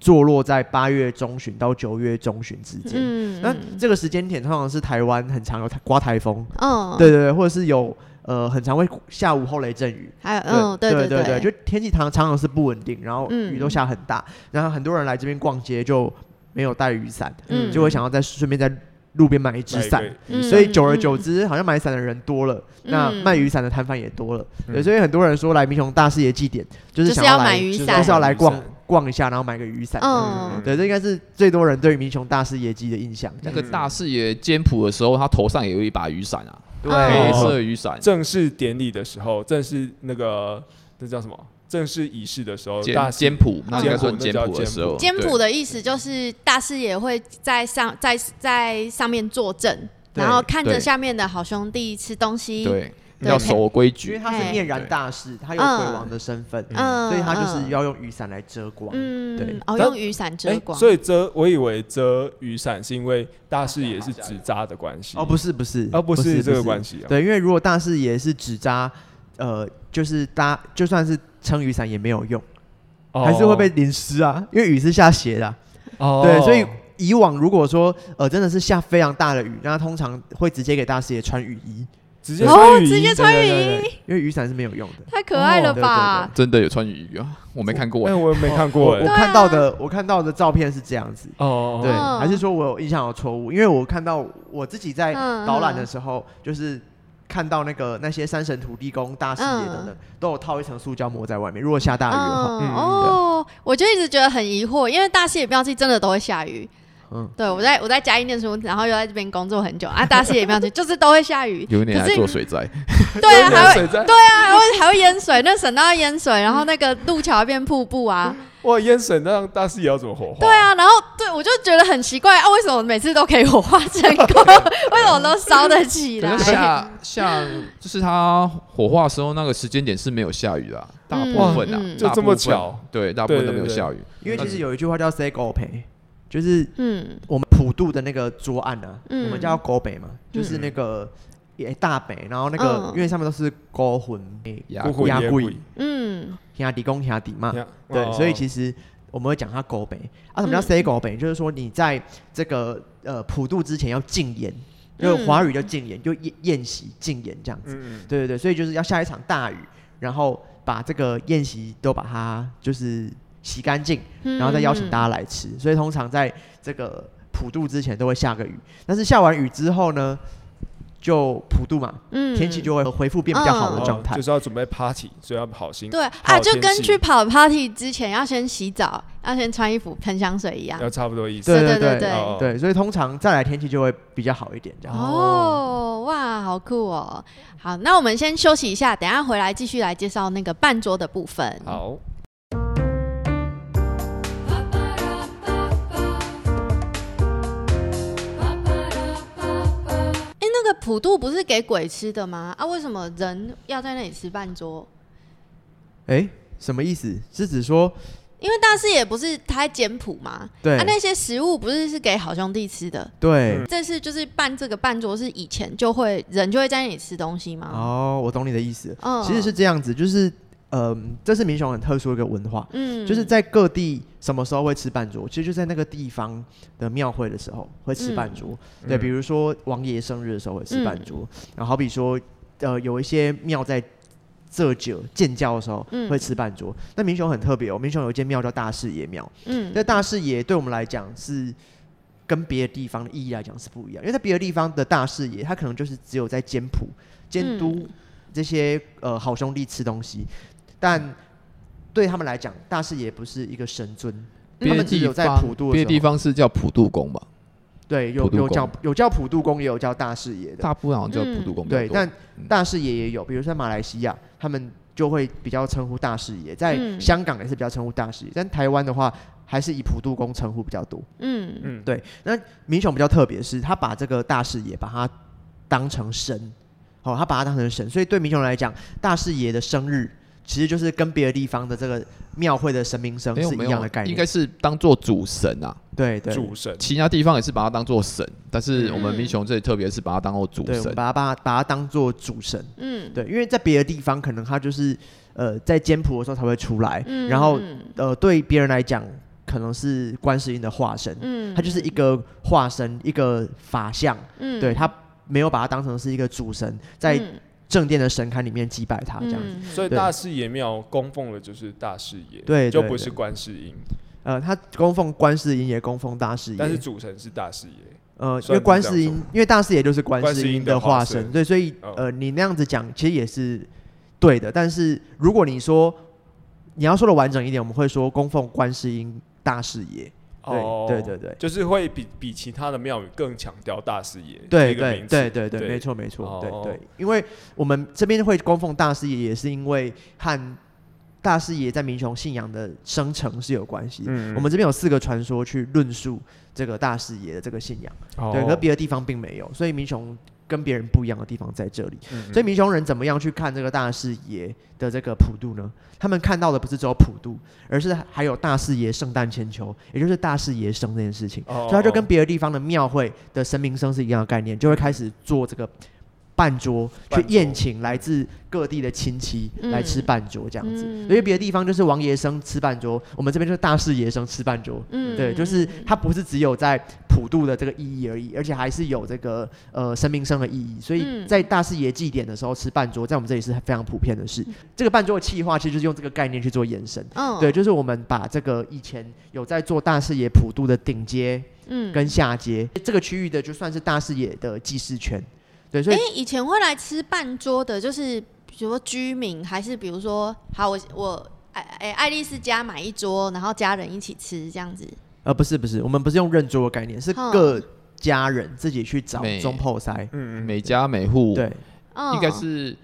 [SPEAKER 4] 坐落在八月中旬到九月中旬之间。
[SPEAKER 1] 嗯
[SPEAKER 4] 那这个时间点通常是台湾很常有台刮台风，
[SPEAKER 1] 嗯，
[SPEAKER 4] 对对对，或者是有呃很常会下午后雷阵雨。
[SPEAKER 1] 还有嗯，
[SPEAKER 4] 对
[SPEAKER 1] 对
[SPEAKER 4] 对
[SPEAKER 1] 对，
[SPEAKER 4] 就天气常常常是不稳定，然后
[SPEAKER 1] 嗯
[SPEAKER 4] 雨都下很大，然后很多人来这边逛街就没有带雨伞，
[SPEAKER 1] 嗯
[SPEAKER 4] 就会想要在顺便在路边买一只伞，
[SPEAKER 1] 嗯
[SPEAKER 4] 所以久而
[SPEAKER 1] 嗯
[SPEAKER 4] 久之，好像买伞的人多了，那
[SPEAKER 1] 嗯
[SPEAKER 4] 卖雨伞的摊贩也多了，对，
[SPEAKER 2] 嗯
[SPEAKER 4] 所以很多人说来民雄大视野祭典，就是
[SPEAKER 1] 就是
[SPEAKER 4] 想
[SPEAKER 1] 要
[SPEAKER 4] 来
[SPEAKER 1] 买雨伞
[SPEAKER 4] 就是要来
[SPEAKER 2] 买
[SPEAKER 4] 逛
[SPEAKER 2] 雨伞
[SPEAKER 4] 逛一下，然后买个雨伞。
[SPEAKER 1] 嗯
[SPEAKER 4] 对，这应该是最多人对于民雄大视野祭的印象。这
[SPEAKER 3] 那个
[SPEAKER 4] 样
[SPEAKER 3] 大视野兼谱的时候，他头上也有一把雨伞啊，
[SPEAKER 1] 嗯
[SPEAKER 4] 对
[SPEAKER 3] 黑
[SPEAKER 2] 哦
[SPEAKER 3] 色雨伞，
[SPEAKER 2] 正式典礼的时候，正式那个那叫什么？正式仪式的时候，大
[SPEAKER 3] 兼
[SPEAKER 2] 师
[SPEAKER 3] 兼谱，那应
[SPEAKER 2] 兼
[SPEAKER 3] 该
[SPEAKER 2] 谱
[SPEAKER 3] 算
[SPEAKER 2] 那
[SPEAKER 3] 兼
[SPEAKER 2] 叫
[SPEAKER 3] 谱的
[SPEAKER 2] 兼
[SPEAKER 3] 时候，
[SPEAKER 2] 谱
[SPEAKER 1] 简谱
[SPEAKER 3] 对
[SPEAKER 1] 的意思就是大师也会在上在在上面坐镇，
[SPEAKER 4] 对
[SPEAKER 1] 然后看着
[SPEAKER 3] 对
[SPEAKER 1] 下面的好兄弟吃东西。
[SPEAKER 3] 对
[SPEAKER 1] 对
[SPEAKER 3] 要守规
[SPEAKER 4] 因为
[SPEAKER 3] 矩，
[SPEAKER 4] 他是念然大士，他有鬼王的身份，
[SPEAKER 1] 嗯
[SPEAKER 4] 所以他就是要用雨伞来遮光。
[SPEAKER 1] 嗯，
[SPEAKER 4] 对
[SPEAKER 1] 哦，
[SPEAKER 2] 但
[SPEAKER 1] 用雨伞遮
[SPEAKER 2] 诶
[SPEAKER 1] 光。
[SPEAKER 2] 所以遮，我以为遮雨伞是因为大视野是纸扎的关系
[SPEAKER 4] 哦，不是不是，
[SPEAKER 2] 啊，不是这个
[SPEAKER 4] 不
[SPEAKER 2] 关系啊。
[SPEAKER 4] 对，因为如果大视野是纸扎，呃，就是搭就算是撑雨伞也没有用，
[SPEAKER 2] 哦
[SPEAKER 4] 还是会被淋湿啊，因为雨是下斜的啊、
[SPEAKER 2] 哦
[SPEAKER 4] 对，所以以往如果说呃真的是下非常大的雨，那通常会直接给大师爷穿雨衣，
[SPEAKER 2] 直接
[SPEAKER 1] 哦
[SPEAKER 2] 穿雨衣
[SPEAKER 1] 直接穿
[SPEAKER 4] 对
[SPEAKER 1] 雨
[SPEAKER 4] 对对
[SPEAKER 1] 衣，
[SPEAKER 4] 对因为雨伞是没有用的。
[SPEAKER 1] 太可爱了
[SPEAKER 4] 哦对对
[SPEAKER 1] 吧！
[SPEAKER 3] 真的有穿雨衣啊，我没看过
[SPEAKER 2] 哎，
[SPEAKER 3] 欸，
[SPEAKER 2] 我没看
[SPEAKER 4] 我
[SPEAKER 2] 过
[SPEAKER 4] 我
[SPEAKER 2] 哎。
[SPEAKER 1] 啊
[SPEAKER 4] 看到的我看到的照片是这样子，
[SPEAKER 2] 哦，
[SPEAKER 4] 对，
[SPEAKER 1] 哦
[SPEAKER 4] 还是说我有印象有错误？因为我看到我自己在
[SPEAKER 1] 嗯
[SPEAKER 4] 导览的时候，就是看到那个那些山神土地公、大师爷等等，都有套一层塑胶膜在外面。如果下大雨的话，
[SPEAKER 1] 嗯
[SPEAKER 2] 嗯嗯
[SPEAKER 1] 哦，我就一直觉得很疑惑，因为大溪野庙区真的都会下雨。
[SPEAKER 4] 嗯
[SPEAKER 1] 对我在我在嘉义念书，然后又在这边工作很久啊，大溪野 庙区就是都会下雨，
[SPEAKER 3] 有一年
[SPEAKER 1] 可
[SPEAKER 3] 还
[SPEAKER 1] 是
[SPEAKER 3] 做水灾，
[SPEAKER 1] 对啊，还会
[SPEAKER 2] 水灾，
[SPEAKER 1] 对啊，还会还会淹水，那省道要淹水，然后那个路桥要变瀑布 啊，
[SPEAKER 2] 哇，淹水那样大视野要怎么火化？
[SPEAKER 1] 对，啊，然后对我就觉得很奇怪啊，为什么每次都可以火化成功， 为什么都烧得起来
[SPEAKER 3] 可？是下 下就是他火化的时候那个时间点是没有下雨的啊，大部分啊
[SPEAKER 1] 嗯嗯，
[SPEAKER 2] 就
[SPEAKER 3] 大
[SPEAKER 2] 这
[SPEAKER 3] 部
[SPEAKER 2] 么
[SPEAKER 3] 分
[SPEAKER 2] 巧，
[SPEAKER 3] 对，大部分都
[SPEAKER 2] 对对
[SPEAKER 3] 没有
[SPEAKER 2] 对
[SPEAKER 3] 下雨，
[SPEAKER 4] 因为其实有一句话叫 “say 狗陪”，就是
[SPEAKER 1] 嗯
[SPEAKER 4] 我们普渡的那个桌案啊，
[SPEAKER 1] 嗯
[SPEAKER 4] 我们叫狗北嘛，就是那个也大北，然后那个
[SPEAKER 1] 嗯
[SPEAKER 4] 因为上面都是勾魂诶
[SPEAKER 3] 呀
[SPEAKER 2] 孤魂
[SPEAKER 4] 压
[SPEAKER 2] 野
[SPEAKER 4] 鬼
[SPEAKER 2] 鬼
[SPEAKER 1] 嗯
[SPEAKER 4] 兄弟公兄弟嘛，
[SPEAKER 2] 呀
[SPEAKER 4] 啊对，
[SPEAKER 2] 哦
[SPEAKER 4] 所以其实我们会讲它狗北啊，什么叫
[SPEAKER 1] 嗯
[SPEAKER 4] say 狗北？就是说你在这个呃普渡之前要禁言，就是
[SPEAKER 1] 嗯
[SPEAKER 4] 华语叫禁言，就宴宴席禁言这样子，
[SPEAKER 2] 嗯
[SPEAKER 4] 对对对，所以就是要下一场大雨，然后把这个宴席都把它就是洗干净，
[SPEAKER 1] 嗯，
[SPEAKER 4] 然后再邀请大家来吃。所以通常在这个普渡之前都会下个雨，但是下完雨之后呢，就普渡嘛，
[SPEAKER 1] 嗯，嗯
[SPEAKER 4] 天气就会恢复变比较好
[SPEAKER 2] 嗯，
[SPEAKER 4] 的状态
[SPEAKER 2] 哦就。是要准备 party，所以要好心，
[SPEAKER 1] 对啊，
[SPEAKER 2] 好
[SPEAKER 1] 就
[SPEAKER 2] 天
[SPEAKER 1] 跟
[SPEAKER 2] 气
[SPEAKER 1] 去跑 party 之前要先洗澡，要先穿衣服喷香水一样。
[SPEAKER 2] 要差不多意思。
[SPEAKER 4] 对
[SPEAKER 1] 对
[SPEAKER 4] 对
[SPEAKER 1] 对
[SPEAKER 2] 哦
[SPEAKER 4] 对，所以通常再来天气就会比较好一点，这样。
[SPEAKER 1] 哦，哇，好酷哦！好，那我们先休息一下，等一下回来继续来介绍那个半桌的部分。
[SPEAKER 2] 好，
[SPEAKER 1] 哎，那个普渡不是给鬼吃的吗？啊，为什么人要在那里吃半桌？
[SPEAKER 4] 哎，什么意思？是指说
[SPEAKER 1] 因为大师也不是他在简谱嘛，
[SPEAKER 4] 对
[SPEAKER 1] 啊，那些食物不是是给好兄弟吃的。
[SPEAKER 4] 对？
[SPEAKER 1] 这是就是办这个半桌是以前就会人就会在那里吃东西吗？
[SPEAKER 4] 哦，我懂你的意思。
[SPEAKER 1] 嗯
[SPEAKER 4] 其实是这样子，就是嗯，这是民雄很特殊的一个文化，
[SPEAKER 1] 嗯
[SPEAKER 4] 就是在各地什么时候会吃半桌，其实就在那个地方的庙会的时候会吃半桌。对，
[SPEAKER 2] 嗯
[SPEAKER 4] 比如说王爷生日的时候会吃半桌，
[SPEAKER 1] 嗯
[SPEAKER 4] 然后好比说呃有一些庙在。这酒建教的时候
[SPEAKER 1] 嗯
[SPEAKER 4] 会吃半桌，那民雄很特别哦。民雄有一间庙叫大士爷庙，
[SPEAKER 1] 嗯
[SPEAKER 4] 那大视野对我们来讲是跟别的地方的意义来讲是不一样，因为在别的地方的大视野，它可能就是只有在监普、监督这些呃好兄弟吃东西，但对他们来讲，大视野不是一个神尊，
[SPEAKER 3] 别
[SPEAKER 4] 他
[SPEAKER 3] 的
[SPEAKER 4] 们只
[SPEAKER 3] 地
[SPEAKER 4] 有在
[SPEAKER 3] 方
[SPEAKER 4] 普渡的
[SPEAKER 3] 别
[SPEAKER 4] 时
[SPEAKER 3] 的地
[SPEAKER 4] 候，
[SPEAKER 3] 方是叫普渡宫吧，
[SPEAKER 4] 对，有
[SPEAKER 3] 普渡
[SPEAKER 4] 有
[SPEAKER 3] 公
[SPEAKER 4] 叫有叫普渡公，也有叫大视野的，
[SPEAKER 3] 大部分好像叫普渡宫比较
[SPEAKER 4] 嗯对，
[SPEAKER 3] 多，嗯
[SPEAKER 4] 但大视野也有，比如说在马来西亚，他们就会比较称呼大视野，在
[SPEAKER 1] 嗯
[SPEAKER 4] 香港也是比较称呼大视野，但台湾的话还是以普渡公称呼比较多。
[SPEAKER 1] 嗯
[SPEAKER 2] 嗯，
[SPEAKER 4] 对，那民雄比较特别是，他把这个大视野把它当成神，哦，他把它当成神，所以对民雄人来讲，大视野的生日其实就是跟别的地方的这个庙会的神明生
[SPEAKER 3] 没有
[SPEAKER 4] 是
[SPEAKER 3] 没
[SPEAKER 4] 一样的概
[SPEAKER 3] 有，
[SPEAKER 4] 念，
[SPEAKER 3] 应该是当做主神啊，
[SPEAKER 4] 对对
[SPEAKER 2] 主神
[SPEAKER 3] 其他地方也是把它当做神，但是我们
[SPEAKER 1] 嗯
[SPEAKER 3] 民雄这里特别是把它当做主
[SPEAKER 4] 对，我们
[SPEAKER 3] 神，
[SPEAKER 4] 把它把它把它当做主神，
[SPEAKER 1] 嗯，
[SPEAKER 4] 对，因为在别的地方可能他就是呃在占卜的时候才会出来，
[SPEAKER 1] 嗯
[SPEAKER 4] 然后
[SPEAKER 1] 嗯
[SPEAKER 4] 呃对别人来讲可能是观世音的化身，
[SPEAKER 1] 嗯
[SPEAKER 4] 他就是一个化身一个法相，
[SPEAKER 1] 嗯
[SPEAKER 4] 对他没有把它当成是一个主神在。
[SPEAKER 1] 嗯
[SPEAKER 4] 正殿的神龛里面击败他，这样子。
[SPEAKER 1] 嗯
[SPEAKER 2] 所以
[SPEAKER 4] 对
[SPEAKER 2] 大视野庙供奉的就是大视野，
[SPEAKER 4] 对对
[SPEAKER 2] 就不是
[SPEAKER 4] 对
[SPEAKER 2] 观世音，
[SPEAKER 4] 呃，他供奉观世音，也供奉大士爷，
[SPEAKER 2] 但是主神是大视野，
[SPEAKER 4] 呃，
[SPEAKER 2] 算
[SPEAKER 4] 因为
[SPEAKER 2] 是
[SPEAKER 4] 观
[SPEAKER 2] 这样
[SPEAKER 4] 世
[SPEAKER 2] 说
[SPEAKER 4] 音，因为大世也就是观
[SPEAKER 2] 观世
[SPEAKER 4] 世
[SPEAKER 2] 音
[SPEAKER 4] 音
[SPEAKER 2] 的
[SPEAKER 4] 的
[SPEAKER 2] 化
[SPEAKER 4] 化
[SPEAKER 2] 身
[SPEAKER 4] 身，对，所以
[SPEAKER 2] 哦
[SPEAKER 4] 呃，你那样子讲其实也是对的。但是如果你说你要说的完整一点，我们会说供奉观世音大士爷，对、
[SPEAKER 2] 哦
[SPEAKER 4] 对对对
[SPEAKER 2] 就是会比比其他的庙宇更强调大视野
[SPEAKER 4] 对
[SPEAKER 2] 这个
[SPEAKER 4] 对
[SPEAKER 2] 名词，
[SPEAKER 4] 对对对，没错没错，对
[SPEAKER 2] 哦
[SPEAKER 4] 对，因为我们这边会供奉大士爷，也是因为和大士爷在民雄信仰的生成是有关系的。
[SPEAKER 2] 嗯
[SPEAKER 4] 我们这边有四个传说去论述这个大士爷的这个信仰。对，
[SPEAKER 2] 哦
[SPEAKER 4] 可别的地方并没有，所以民雄跟别人不一样的地方在这里。
[SPEAKER 2] 嗯
[SPEAKER 4] 所以民雄人怎么样去看这个大视野的这个普渡呢？他们看到的不是只有普渡，而是还有大视野圣诞千秋，也就是大视野生这件事情。
[SPEAKER 2] 哦
[SPEAKER 4] 所以他就跟别的地方的庙会的神明生是一样的概念，就会开始做这个办桌，
[SPEAKER 2] 办
[SPEAKER 4] 去
[SPEAKER 2] 桌
[SPEAKER 4] 宴请来自各地的亲戚
[SPEAKER 1] 嗯
[SPEAKER 4] 来吃办桌这样子。
[SPEAKER 1] 嗯
[SPEAKER 4] 因为别的地方就是王爷生吃办桌，我们这边就是大士爷生吃办桌。
[SPEAKER 1] 嗯
[SPEAKER 4] 对，就是它不是只有在普渡的这个意义而已，而且还是有这个呃生命生的意义。所以
[SPEAKER 1] 嗯
[SPEAKER 4] 在大士爷祭典的时候吃半桌，在我们这里是非常普遍的事。这个半桌的气化其实就是用这个概念去做延伸。
[SPEAKER 1] 嗯
[SPEAKER 4] 对，就是我们把这个以前有在做大视野普渡的顶阶
[SPEAKER 1] 嗯
[SPEAKER 4] 跟下阶、这个区域的，就算是大视野的祭祀圈。对，所以
[SPEAKER 1] 哎、以前会来吃半桌的，就是比如说居民，还是比如说，好，我我哎哎，爱丽丝家买一桌，然后家人一起吃这样子。
[SPEAKER 4] 呃，不是不是，我们不是用认桌的概念，是
[SPEAKER 1] 哼
[SPEAKER 4] 各家人自己去找
[SPEAKER 3] 每
[SPEAKER 4] 中后塞。
[SPEAKER 2] 嗯嗯
[SPEAKER 3] 每家每户
[SPEAKER 4] 对，
[SPEAKER 1] 嗯，
[SPEAKER 3] 应该是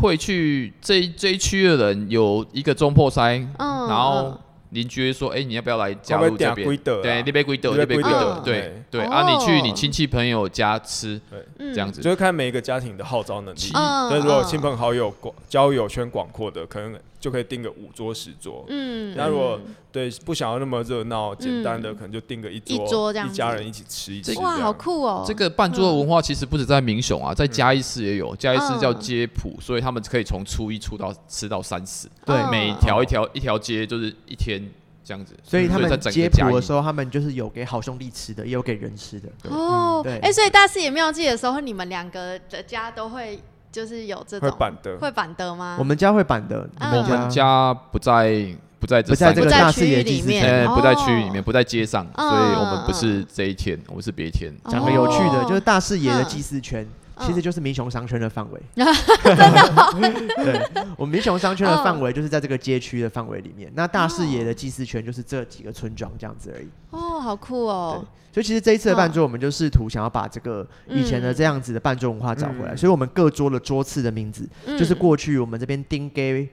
[SPEAKER 3] 会去这一这一区的人有一个中破塞，
[SPEAKER 1] 嗯，嗯，
[SPEAKER 3] 然后邻居会说：“哎、你要不要来加
[SPEAKER 2] 会
[SPEAKER 3] 入
[SPEAKER 2] 不会
[SPEAKER 3] 这
[SPEAKER 2] 点
[SPEAKER 3] 边
[SPEAKER 2] 规？”的啊
[SPEAKER 3] 对，那边规德，
[SPEAKER 2] 那
[SPEAKER 3] 那
[SPEAKER 2] 边
[SPEAKER 3] 边
[SPEAKER 1] 规
[SPEAKER 3] 规
[SPEAKER 1] 德
[SPEAKER 3] 德，对
[SPEAKER 4] 哎
[SPEAKER 2] 嗯
[SPEAKER 3] 对
[SPEAKER 1] 哦
[SPEAKER 3] 啊，你去你亲戚朋友家吃
[SPEAKER 1] 嗯
[SPEAKER 3] 这样子
[SPEAKER 2] 就，是看每一个家庭的号召能力
[SPEAKER 3] 其。
[SPEAKER 1] 嗯，
[SPEAKER 2] 所以如果
[SPEAKER 1] 嗯
[SPEAKER 2] 亲朋好友广交友圈广阔的，可能就可以定个五桌十桌。
[SPEAKER 1] 嗯，
[SPEAKER 2] 那如果
[SPEAKER 1] 嗯
[SPEAKER 2] 对，不想要那么热闹，简单的
[SPEAKER 1] 嗯
[SPEAKER 2] 可能就定个一桌，
[SPEAKER 1] 一桌这样子
[SPEAKER 2] 家人一起吃一吃这样。
[SPEAKER 1] 哇，好酷哦，
[SPEAKER 3] 这个半桌的文化其实不止在民雄啊，在嘉义市也
[SPEAKER 1] 嗯
[SPEAKER 3] 有，嘉义市叫街谱，所以他们可以从初一初到吃到三十，
[SPEAKER 4] 对
[SPEAKER 1] 嗯
[SPEAKER 3] 每条一条一条街就是一天这样子。
[SPEAKER 4] 所以他
[SPEAKER 3] 嗯在
[SPEAKER 4] 们
[SPEAKER 3] 整
[SPEAKER 4] 接
[SPEAKER 3] 个
[SPEAKER 4] 谱
[SPEAKER 3] 嘉
[SPEAKER 4] 的
[SPEAKER 3] 义
[SPEAKER 4] 时候，他们就是有给好兄弟吃的，也有给人吃的。
[SPEAKER 1] 哦，
[SPEAKER 4] 对
[SPEAKER 1] 哎，所以大四爷妙计的时候，你们两个的家都会就是有这
[SPEAKER 2] 会
[SPEAKER 1] 种
[SPEAKER 2] 板的，
[SPEAKER 1] 会板的吗？
[SPEAKER 4] 我们家会版的，
[SPEAKER 1] 嗯
[SPEAKER 4] 你
[SPEAKER 3] 我们家不在不在
[SPEAKER 4] 啊不
[SPEAKER 3] 这
[SPEAKER 4] 在
[SPEAKER 3] 三
[SPEAKER 4] 这
[SPEAKER 3] 个
[SPEAKER 1] 不
[SPEAKER 4] 个
[SPEAKER 1] 在
[SPEAKER 4] 大
[SPEAKER 1] 区
[SPEAKER 4] 视
[SPEAKER 1] 域
[SPEAKER 4] 野
[SPEAKER 1] 里
[SPEAKER 4] 祭祀
[SPEAKER 1] 面
[SPEAKER 4] 圈
[SPEAKER 3] 呃，
[SPEAKER 1] 哦
[SPEAKER 3] 不在区域里面，不在街上，
[SPEAKER 1] 嗯
[SPEAKER 3] 所以我们不是这一天，我们是别一天。
[SPEAKER 1] 哦
[SPEAKER 4] 讲个有趣的，就是大视野的
[SPEAKER 1] 嗯
[SPEAKER 4] 祭祀圈，
[SPEAKER 1] 嗯
[SPEAKER 4] 其实就是民雄商圈 的范围。
[SPEAKER 1] 哦
[SPEAKER 4] 对，我们民雄商圈的
[SPEAKER 1] 嗯
[SPEAKER 4] 范围就是在这个街区的范围里面。那大视野的祭祀圈就是这几个村庄这样子而已。
[SPEAKER 1] 哦，好酷哦，
[SPEAKER 4] 所以其实这一次的办桌，我们就试图想要把这个以前的
[SPEAKER 1] 嗯
[SPEAKER 4] 这样子的办桌文化找回来。
[SPEAKER 2] 嗯
[SPEAKER 4] 所以我们各桌的桌次的名字，
[SPEAKER 1] 嗯
[SPEAKER 4] 就是过去我们这边丁给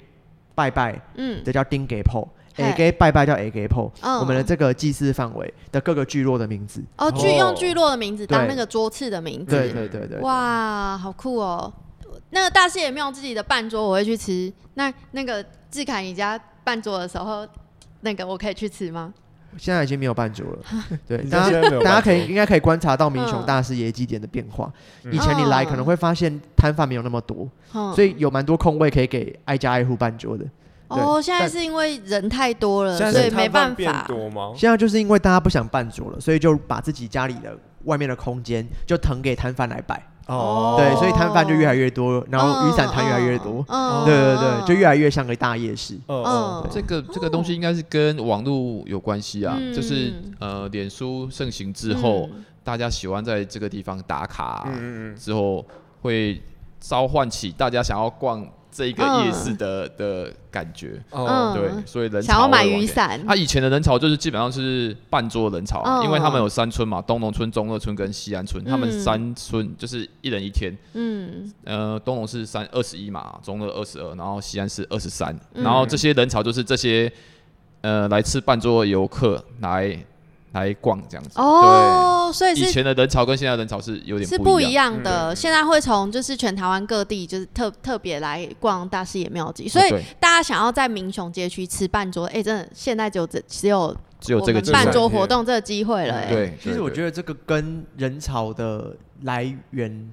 [SPEAKER 4] 拜拜
[SPEAKER 1] 嗯
[SPEAKER 4] 这叫丁给炮。
[SPEAKER 1] 嗨
[SPEAKER 4] A 给拜拜叫 A 给炮，
[SPEAKER 1] 嗯
[SPEAKER 4] 我们的这个祭祀范围的各个聚落的名字，
[SPEAKER 1] 哦，聚
[SPEAKER 2] 哦
[SPEAKER 1] 用聚落的名字当
[SPEAKER 4] 对
[SPEAKER 1] 那个桌次的名字，
[SPEAKER 4] 对对对对，
[SPEAKER 1] 哇，好酷哦！那个大师爷庙自己的半桌我会去吃，那那个志凯你家半桌的时候，那个我可以去吃吗？
[SPEAKER 4] 现在已经没有办桌了，对，
[SPEAKER 2] 你
[SPEAKER 4] 大
[SPEAKER 2] 现
[SPEAKER 4] 家
[SPEAKER 2] 在没有
[SPEAKER 4] 大家
[SPEAKER 2] 办
[SPEAKER 4] 可以
[SPEAKER 2] 桌
[SPEAKER 4] 应该可以观察到民雄
[SPEAKER 1] 嗯
[SPEAKER 4] 大师爷祭典的变化。
[SPEAKER 2] 嗯
[SPEAKER 4] 以前你
[SPEAKER 1] 嗯
[SPEAKER 4] 来可能会发现摊贩没有那么多，
[SPEAKER 1] 嗯，
[SPEAKER 4] 所以有蛮多空位可以给挨家挨户办桌的。
[SPEAKER 1] 哦，
[SPEAKER 4] 对
[SPEAKER 1] 现在
[SPEAKER 4] 但
[SPEAKER 1] 是因为人太多了，
[SPEAKER 2] 现
[SPEAKER 1] 所
[SPEAKER 2] 在
[SPEAKER 1] 以
[SPEAKER 2] 是
[SPEAKER 1] 没
[SPEAKER 2] 摊
[SPEAKER 1] 办
[SPEAKER 2] 贩
[SPEAKER 1] 法
[SPEAKER 2] 变。多吗？
[SPEAKER 4] 现在就是因为大家不想办桌了，所以就把自己家里的外面的空间就腾给摊贩来摆，
[SPEAKER 1] 哦
[SPEAKER 4] 对，所以摊贩就越来越多，然后雨伞摊越来越多，
[SPEAKER 1] 嗯，嗯
[SPEAKER 4] 对对对，就越
[SPEAKER 1] 来
[SPEAKER 4] 来越像个大夜市。
[SPEAKER 2] 哦
[SPEAKER 1] 嗯
[SPEAKER 2] 哦，
[SPEAKER 3] 这个这个东西应该是跟网络有关系啊，
[SPEAKER 1] 嗯
[SPEAKER 3] 就是呃，脸书盛行之后，大家喜欢在这个地方打卡，
[SPEAKER 2] 嗯嗯
[SPEAKER 3] 之后会召唤起大家想要逛这个夜市的、的感觉。
[SPEAKER 2] 嗯，哦，
[SPEAKER 3] 对，所以人
[SPEAKER 1] 嗯
[SPEAKER 3] 潮
[SPEAKER 1] 想要买
[SPEAKER 3] 会往
[SPEAKER 1] 雨
[SPEAKER 3] 前。
[SPEAKER 1] 伞，
[SPEAKER 3] 他、以前的人潮就是基本上是半桌人潮、啊，
[SPEAKER 1] 嗯
[SPEAKER 3] 因为他们有三村嘛，东农村、中二村跟西安村，他们
[SPEAKER 1] 嗯
[SPEAKER 3] 三村就是一人一天。
[SPEAKER 1] 嗯
[SPEAKER 3] 呃，东农是三二十一嘛，中二二十二，然后西安是二十三，
[SPEAKER 1] 嗯
[SPEAKER 3] 然后这些人潮就是这些呃来吃半桌的游客来来逛这样子。
[SPEAKER 1] 哦，所以
[SPEAKER 3] 以
[SPEAKER 1] 是
[SPEAKER 3] 前的人潮跟现在的人潮是有点
[SPEAKER 1] 是
[SPEAKER 3] 不
[SPEAKER 1] 不一
[SPEAKER 3] 样。
[SPEAKER 4] 嗯
[SPEAKER 1] 样的。现在会从就是全台湾各地就是特特别来逛大师爷庙集，所以
[SPEAKER 3] 啊哦对
[SPEAKER 1] 大家想要在民雄街区吃半桌，哎、真的现在只有这只有
[SPEAKER 3] 只有
[SPEAKER 1] 我
[SPEAKER 3] 这个
[SPEAKER 1] 们
[SPEAKER 3] 机
[SPEAKER 1] 半
[SPEAKER 3] 会
[SPEAKER 1] 桌活动这个机会了、哎，
[SPEAKER 3] 对，
[SPEAKER 4] 其实我觉
[SPEAKER 3] 得
[SPEAKER 4] 得这个跟人潮的来源，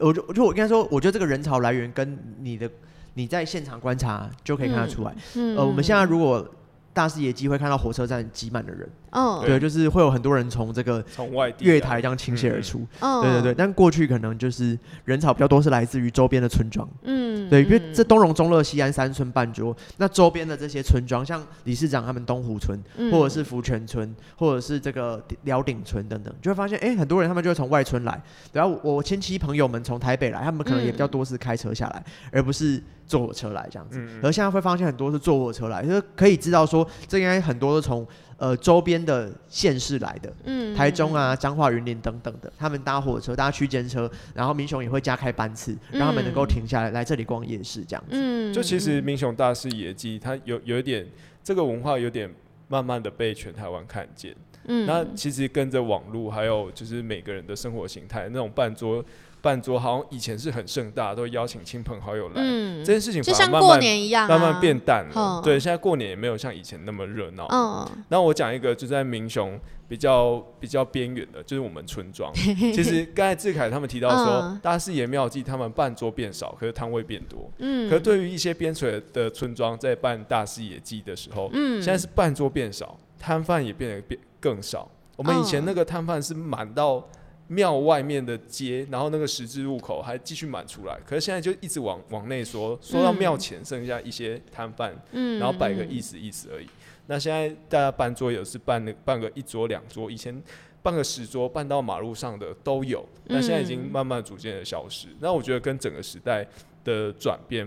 [SPEAKER 4] 呃我就我就我应该说，我觉得这个人潮来源跟你的你在现场观察就可以看得出来。
[SPEAKER 1] 嗯
[SPEAKER 4] 呃，我们现在如果大视野机会看到火车站挤满的人，
[SPEAKER 1] 嗯
[SPEAKER 4] 对，就是会有很多人从这个
[SPEAKER 2] 从外地
[SPEAKER 4] 月
[SPEAKER 2] 来
[SPEAKER 4] 台这样倾泻而出。
[SPEAKER 1] 嗯，
[SPEAKER 4] 对对对，，但过去可能就是人潮比较多是来自于周边的村庄。
[SPEAKER 1] 嗯，
[SPEAKER 4] 对，因为这
[SPEAKER 1] 嗯，
[SPEAKER 4] 东荣、中乐、西安三村半桌，那周边的这些村庄，像理事长他们东湖村，
[SPEAKER 1] 嗯
[SPEAKER 4] 或者是福泉村，或者是这个辽顶村等等，就会发现，哎、很多人他们就会从外村来。然后我我亲戚朋友们从台北来，他们可能也比较
[SPEAKER 1] 嗯
[SPEAKER 4] 多是开车下来，而不是坐火车来这样子。
[SPEAKER 2] 嗯
[SPEAKER 4] 而现在会发现很多是坐火车来，就是可以知道说，这应该很多是从呃周边的县市来的，
[SPEAKER 1] 嗯
[SPEAKER 4] 台中，啊、彰化、云林等等的，他们搭火车、搭区间车，然后民雄也会加开班次，让他们能够停下来来这里逛夜市这样子。
[SPEAKER 1] 嗯，
[SPEAKER 2] 就其实民雄大视野记，它有有一点这个文化有点慢慢的被全台湾看见。
[SPEAKER 1] 嗯，
[SPEAKER 2] 那其实跟着网络，还有就是每个人的生活形态，那种办桌办桌好像以前是很盛大，都邀请亲朋好友来，
[SPEAKER 1] 嗯，
[SPEAKER 2] 这件事情
[SPEAKER 1] 就
[SPEAKER 2] 反而
[SPEAKER 1] 像
[SPEAKER 2] 慢
[SPEAKER 1] 过
[SPEAKER 2] 慢
[SPEAKER 1] 年一样啊，
[SPEAKER 2] 慢慢变淡
[SPEAKER 1] 嗯
[SPEAKER 2] 了。对，现在过年也没有像以前那么热闹。
[SPEAKER 1] 嗯，
[SPEAKER 2] 那我讲一个，就在民雄比较比较边缘的，就是我们村 庄。其实刚才志凯他们提到说
[SPEAKER 1] 嗯，
[SPEAKER 2] 大视野妙计他们办桌变少，可是摊位变多。
[SPEAKER 1] 嗯，
[SPEAKER 2] 可对于一些边陲的村庄，在办大视野祭的时候，
[SPEAKER 1] 嗯，
[SPEAKER 2] 现在是办桌变少，摊贩也变得变更少。我们以前
[SPEAKER 1] 嗯
[SPEAKER 2] 那个摊贩是满到庙外面的街，然后那个十字路口还继续满出来，可是现在就一直往往内缩，缩到庙前剩下一些摊贩，
[SPEAKER 1] 嗯，
[SPEAKER 2] 然后摆个
[SPEAKER 1] 嗯
[SPEAKER 2] 意思意思而已。那现在大家办桌也是办那办个一桌两桌，以前办个十桌，办到马路上的都有。那现在已经
[SPEAKER 1] 嗯
[SPEAKER 2] 慢慢逐渐的消失。那我觉得跟整个时代的转变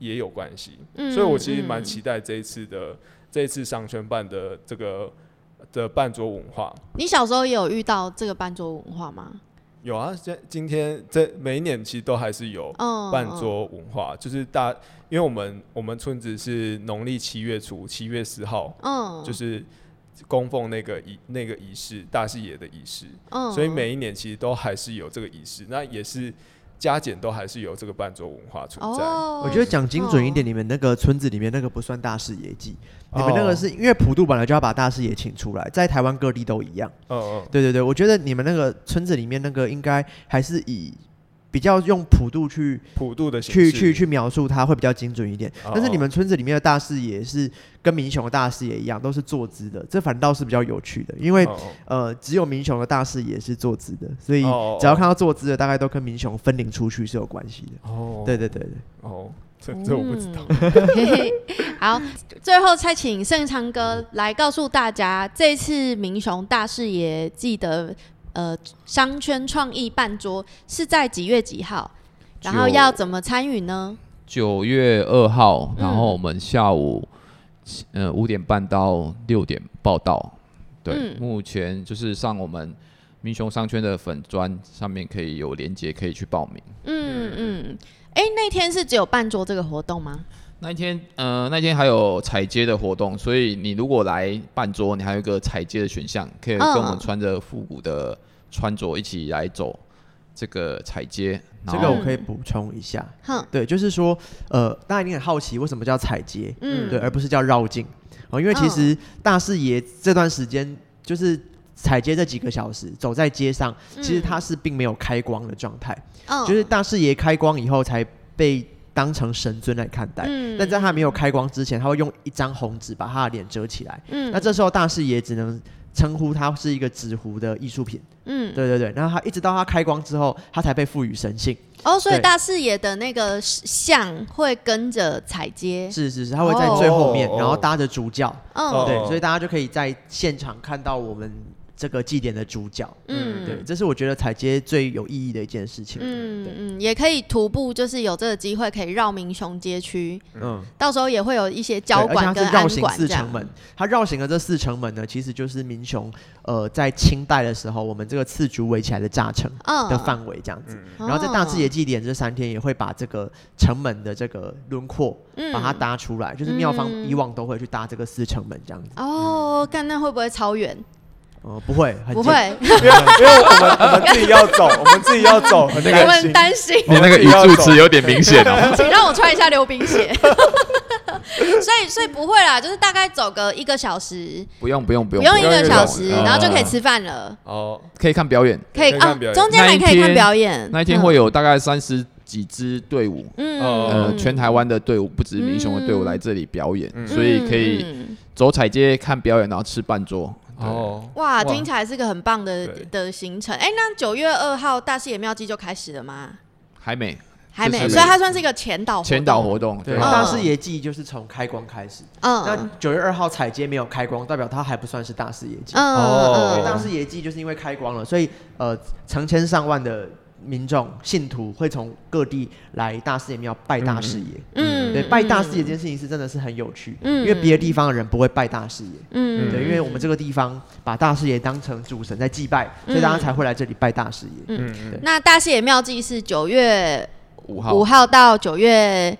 [SPEAKER 2] 也有关系。
[SPEAKER 1] 嗯
[SPEAKER 2] 所以我其实蛮
[SPEAKER 1] 嗯
[SPEAKER 2] 期待这一次的这一次商圈办的这个的办桌文化。
[SPEAKER 1] 你小时候也有遇到这个班桌文化吗？
[SPEAKER 2] 有啊，这今天这每一年其实都还是有
[SPEAKER 1] 嗯，
[SPEAKER 2] 办桌文化，就是大，因为我们我们村子是农历七月初，七月十号
[SPEAKER 1] 嗯，嗯，
[SPEAKER 2] 就是供奉那个仪那个仪式，大视野的仪式，
[SPEAKER 1] 嗯，
[SPEAKER 2] 所以每一年其实都还是有这个仪式，那也是加减都还是有这个办桌文化存在。
[SPEAKER 1] 哦，
[SPEAKER 4] 我觉得讲精准一点，你们那个村子里面那个不算大视野记，你们那个
[SPEAKER 2] 哦
[SPEAKER 4] 是因为普渡本来就要把大视野请出来，在台湾各地都一样。
[SPEAKER 2] 嗯嗯，
[SPEAKER 4] 对对对，我觉得你们那个村子里面那个应该还是以比较用普渡去
[SPEAKER 2] 普渡的形
[SPEAKER 4] 去
[SPEAKER 2] 式
[SPEAKER 4] 去去描述它会比较精准一点。
[SPEAKER 2] 哦
[SPEAKER 4] 但是你们村子里面的大视野是跟民雄的大视野一样，都是坐姿的，这反倒是比较有趣的，因为、
[SPEAKER 2] 嗯嗯
[SPEAKER 4] 呃，只有民雄的大视野是坐姿的，所以
[SPEAKER 2] 哦哦
[SPEAKER 4] 只要看到坐姿的，大概都跟民雄分灵出去是有关系的。
[SPEAKER 2] 哦，
[SPEAKER 4] 对对对对，
[SPEAKER 2] 哦，这这我不 知道。
[SPEAKER 1] 嗯 好，最后再请盛昌哥来告诉大家，这次民雄大视野记得呃商圈创意办桌是在几月几号，然后
[SPEAKER 3] 就
[SPEAKER 1] 要怎么参与呢？
[SPEAKER 3] 九月二号，然后
[SPEAKER 1] 嗯
[SPEAKER 3] 我们下午，呃，五点半到六点报道。对，
[SPEAKER 1] 嗯
[SPEAKER 3] 目前就是上我们民雄商圈的粉砖上面可以有连接，可以去报名。
[SPEAKER 1] 嗯嗯，哎、那天是只有办桌这个活动吗？
[SPEAKER 3] 那一天，呃，那一天还有踩街的活动，所以你如果来办桌，你还有一个踩街的选项，可以跟我
[SPEAKER 1] 嗯
[SPEAKER 3] 们穿着复古的穿着一起来走这个踩街。然
[SPEAKER 4] 这
[SPEAKER 3] 后
[SPEAKER 4] 个我可以补充一下。
[SPEAKER 1] 哼，
[SPEAKER 4] 对，就是说，呃，大家一定很好奇为什么叫踩街，
[SPEAKER 1] 嗯
[SPEAKER 4] 对，而不是叫绕境哦，因为其
[SPEAKER 1] 嗯
[SPEAKER 4] 实大视野这段时间就是踩街这几个小时走在街上，其实它是并没有开光的状态，
[SPEAKER 1] 嗯
[SPEAKER 4] 就是大视野开光以后才被当成神尊来看待。
[SPEAKER 1] 嗯
[SPEAKER 4] 但在他没有开光之前，他会用一张红纸把他的脸遮起来。
[SPEAKER 1] 嗯
[SPEAKER 4] 那这时候大视野只能称呼它是一个纸糊的艺术品。
[SPEAKER 1] 嗯
[SPEAKER 4] 对对对，然后他一直到他开光之后，他才被赋予神性。
[SPEAKER 1] 哦，所以
[SPEAKER 4] 对
[SPEAKER 1] 大视野的那个像会跟着踩街，
[SPEAKER 4] 是是是，他会在最后面，
[SPEAKER 2] 哦
[SPEAKER 4] 然后搭着主教。
[SPEAKER 1] 嗯
[SPEAKER 4] 对
[SPEAKER 2] 哦，
[SPEAKER 4] 所以大家就可以在现场看到我们这个祭典的主角。
[SPEAKER 1] 嗯
[SPEAKER 4] 对，这是我觉得踩街最有意义的一件事情。
[SPEAKER 1] 嗯嗯，也可以徒步，就是有这个机会可以绕民雄街区，
[SPEAKER 4] 嗯，
[SPEAKER 1] 到时候也会有一些
[SPEAKER 4] 对
[SPEAKER 1] 交
[SPEAKER 4] 而且
[SPEAKER 1] 管
[SPEAKER 4] 它
[SPEAKER 1] 跟
[SPEAKER 4] 是绕
[SPEAKER 1] 安
[SPEAKER 4] 行
[SPEAKER 1] 管
[SPEAKER 4] 四
[SPEAKER 1] 这
[SPEAKER 4] 城
[SPEAKER 1] 样。
[SPEAKER 4] 门，它绕行的这四城门呢，其实就是民雄呃在清代的时候，我们这个次竹围起来的炸城
[SPEAKER 1] 嗯
[SPEAKER 4] 的范围这样子。
[SPEAKER 2] 嗯，
[SPEAKER 1] 哦
[SPEAKER 4] 然后在大字节祭典这三天也会把这个城门的这个轮廓
[SPEAKER 1] 嗯
[SPEAKER 4] 把它搭出来，就是庙方
[SPEAKER 1] 嗯
[SPEAKER 4] 以往都会去搭这个四城门这样子。
[SPEAKER 1] 哦，干那会不会超远？
[SPEAKER 4] 呃，不会，嗯很
[SPEAKER 1] 不
[SPEAKER 4] 简
[SPEAKER 1] 会，
[SPEAKER 2] 因为因为我们我们自己要走，我们自己要走，很
[SPEAKER 1] 我
[SPEAKER 2] 担
[SPEAKER 1] 很
[SPEAKER 2] 心。
[SPEAKER 1] 担心。
[SPEAKER 2] 你那个语助词
[SPEAKER 3] 有点明显哦。
[SPEAKER 1] 请让我穿一下溜冰 鞋。所以，所以不会啦，就是大概走个一个小时，
[SPEAKER 3] 不用不用不
[SPEAKER 1] 不
[SPEAKER 3] 用，
[SPEAKER 1] 用一嗯
[SPEAKER 2] 用
[SPEAKER 1] 个
[SPEAKER 2] 一个
[SPEAKER 1] 小
[SPEAKER 2] 小
[SPEAKER 1] 时，
[SPEAKER 2] 时
[SPEAKER 1] 然后就可以
[SPEAKER 3] 呃
[SPEAKER 1] 吃饭了，
[SPEAKER 2] 哦，
[SPEAKER 3] 可以看表演。
[SPEAKER 1] 可以
[SPEAKER 2] 可以
[SPEAKER 1] 啊
[SPEAKER 2] 看表，演
[SPEAKER 1] 中间还可以看表演。
[SPEAKER 3] 那一天
[SPEAKER 1] 嗯
[SPEAKER 3] 会有大概三十几支队伍，
[SPEAKER 1] 嗯
[SPEAKER 2] 呃
[SPEAKER 3] 呃，全台湾的队伍，不止民雄的队伍
[SPEAKER 1] 嗯
[SPEAKER 3] 来这里表演，
[SPEAKER 2] 嗯
[SPEAKER 3] 所以可以
[SPEAKER 1] 嗯嗯
[SPEAKER 3] 走彩街看表演，然后吃半桌。对，
[SPEAKER 2] 哦，
[SPEAKER 1] 哇，
[SPEAKER 2] 哇
[SPEAKER 1] 听起来是个很棒的
[SPEAKER 2] 对
[SPEAKER 1] 的行程。哎、那九月二号大视野妙计就开始了吗？
[SPEAKER 3] 还没
[SPEAKER 1] 还没，
[SPEAKER 3] 还没
[SPEAKER 1] 所以它算是一个前导活动
[SPEAKER 3] 前导活动，
[SPEAKER 4] 对，
[SPEAKER 1] 嗯
[SPEAKER 4] 大视野季就是从开光开始。
[SPEAKER 1] 嗯，
[SPEAKER 4] 那九月二号彩街没有开光，代表它还不算是大视野季。
[SPEAKER 1] 嗯
[SPEAKER 4] 对，大
[SPEAKER 1] 嗯
[SPEAKER 4] 视野季就是因为开光了，所以呃，成千上万的民众信徒会从各地来大视野庙拜大视野。
[SPEAKER 1] 嗯，
[SPEAKER 4] 对，拜大视野这
[SPEAKER 1] 嗯
[SPEAKER 4] 件事情是真的是很有趣，
[SPEAKER 1] 嗯
[SPEAKER 4] 因为别的地方的人不会拜大视野。
[SPEAKER 1] 嗯，
[SPEAKER 4] 对，因为我们这个地方把大视野当成主神在祭拜，所以大家
[SPEAKER 1] 嗯
[SPEAKER 4] 才会来这里拜大视野。
[SPEAKER 2] 嗯嗯，
[SPEAKER 1] 那大视野妙计是九月
[SPEAKER 3] 五号
[SPEAKER 1] 五号到九月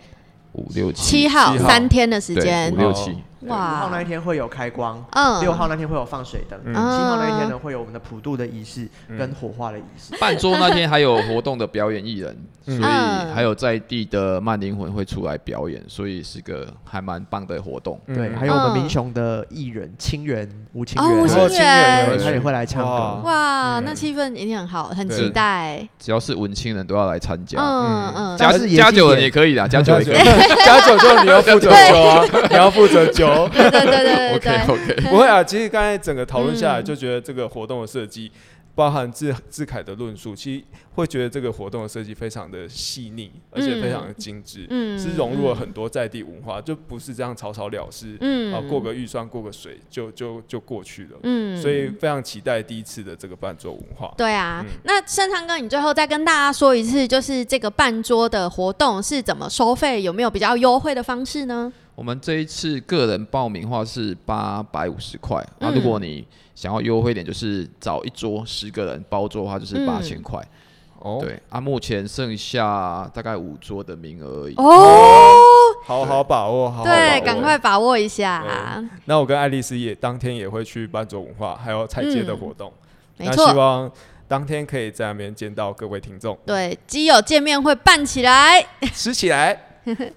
[SPEAKER 3] 五六
[SPEAKER 1] 七号
[SPEAKER 2] 七号
[SPEAKER 1] 三天的时
[SPEAKER 3] 对
[SPEAKER 1] 间
[SPEAKER 3] 五，六七
[SPEAKER 2] 哦，
[SPEAKER 4] 五号那
[SPEAKER 1] 哇
[SPEAKER 4] 一，天会有开光，
[SPEAKER 1] 嗯啊
[SPEAKER 4] 六号那天会有放水灯，七
[SPEAKER 2] 嗯
[SPEAKER 4] 号那一天呢会有我们的普渡的仪式跟火化的仪式。
[SPEAKER 3] 半桌那天还有活动的表演艺人，所
[SPEAKER 2] 嗯
[SPEAKER 3] 以还有在地的慢灵魂会出来表演，所以是个还蛮棒的活动。
[SPEAKER 2] 嗯
[SPEAKER 4] 对，还有我们民雄的艺人清源吴清
[SPEAKER 1] 哦，吴
[SPEAKER 4] 源，
[SPEAKER 1] 清
[SPEAKER 2] 清源
[SPEAKER 1] 源，
[SPEAKER 4] 对他也会来唱歌
[SPEAKER 2] 哇。
[SPEAKER 1] 哇，
[SPEAKER 2] 嗯
[SPEAKER 1] 那气氛一定很好，很
[SPEAKER 2] 对
[SPEAKER 1] 期待，
[SPEAKER 3] 只要是文青人都要来参加，
[SPEAKER 1] 嗯嗯，
[SPEAKER 3] 加
[SPEAKER 4] 但是也
[SPEAKER 3] 加
[SPEAKER 4] 是
[SPEAKER 3] 九人
[SPEAKER 4] 也
[SPEAKER 3] 也可以啦，加
[SPEAKER 2] 加
[SPEAKER 3] 九
[SPEAKER 2] 酒，
[SPEAKER 3] 也可以。
[SPEAKER 2] 加酒就你要负责酒啊，你要负责酒。
[SPEAKER 1] 对对对 对 对
[SPEAKER 3] OK
[SPEAKER 1] 对，
[SPEAKER 3] OK，
[SPEAKER 2] 不会啊，其实刚才整个讨论下来，
[SPEAKER 1] 嗯
[SPEAKER 2] 就觉得这个活动的设计，包含志志凯的论述，其实会觉得这个活动的设计非常的细腻，而且非常的精致，
[SPEAKER 1] 嗯
[SPEAKER 2] 是融入了很多在地文化，就不是这样草草了事，
[SPEAKER 1] 嗯
[SPEAKER 2] 啊，过个预算，过个水就就就过去了。
[SPEAKER 1] 嗯，
[SPEAKER 2] 所以非常期待第一次的这个伴奏文化。
[SPEAKER 1] 对啊，
[SPEAKER 2] 嗯
[SPEAKER 1] 那盛昌哥，你最后再跟大家说一次，就是这个半桌的活动是怎么收费，有没有比较优惠的方式呢？
[SPEAKER 3] 我们这一次个人报名的话是八百五十块，那、
[SPEAKER 1] 嗯
[SPEAKER 3] 如果你想要优惠一点，就是找一桌十个人包桌的话，就是
[SPEAKER 1] 嗯
[SPEAKER 3] 八千块。
[SPEAKER 2] 哦，
[SPEAKER 3] 对，啊，目前剩下大概五桌的名额而已。
[SPEAKER 1] 哦，
[SPEAKER 2] 好好把握，好好把
[SPEAKER 1] 对
[SPEAKER 2] 握，
[SPEAKER 1] 赶快。把握一下，
[SPEAKER 2] 那我跟爱丽丝也当天也会去伴奏文化，还有彩街的活动。
[SPEAKER 1] 嗯没
[SPEAKER 2] 那希
[SPEAKER 1] 错，
[SPEAKER 2] 望当天可以在那边见到各位听众，
[SPEAKER 1] 对，基友见面会办起来。
[SPEAKER 2] 吃 起来。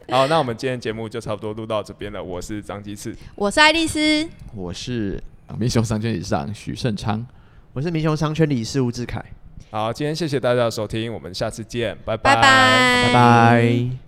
[SPEAKER 2] 好，那我们今天节目就差不多录到这边了。我是张鸡翅，
[SPEAKER 1] 我是爱丽丝，
[SPEAKER 3] 我是啊民雄商圈以上许盛昌。
[SPEAKER 4] 我是民雄商圈理事吴志凯，
[SPEAKER 2] 好，今天谢谢大家的收听，我们下次见，拜
[SPEAKER 1] 拜拜
[SPEAKER 4] 拜拜。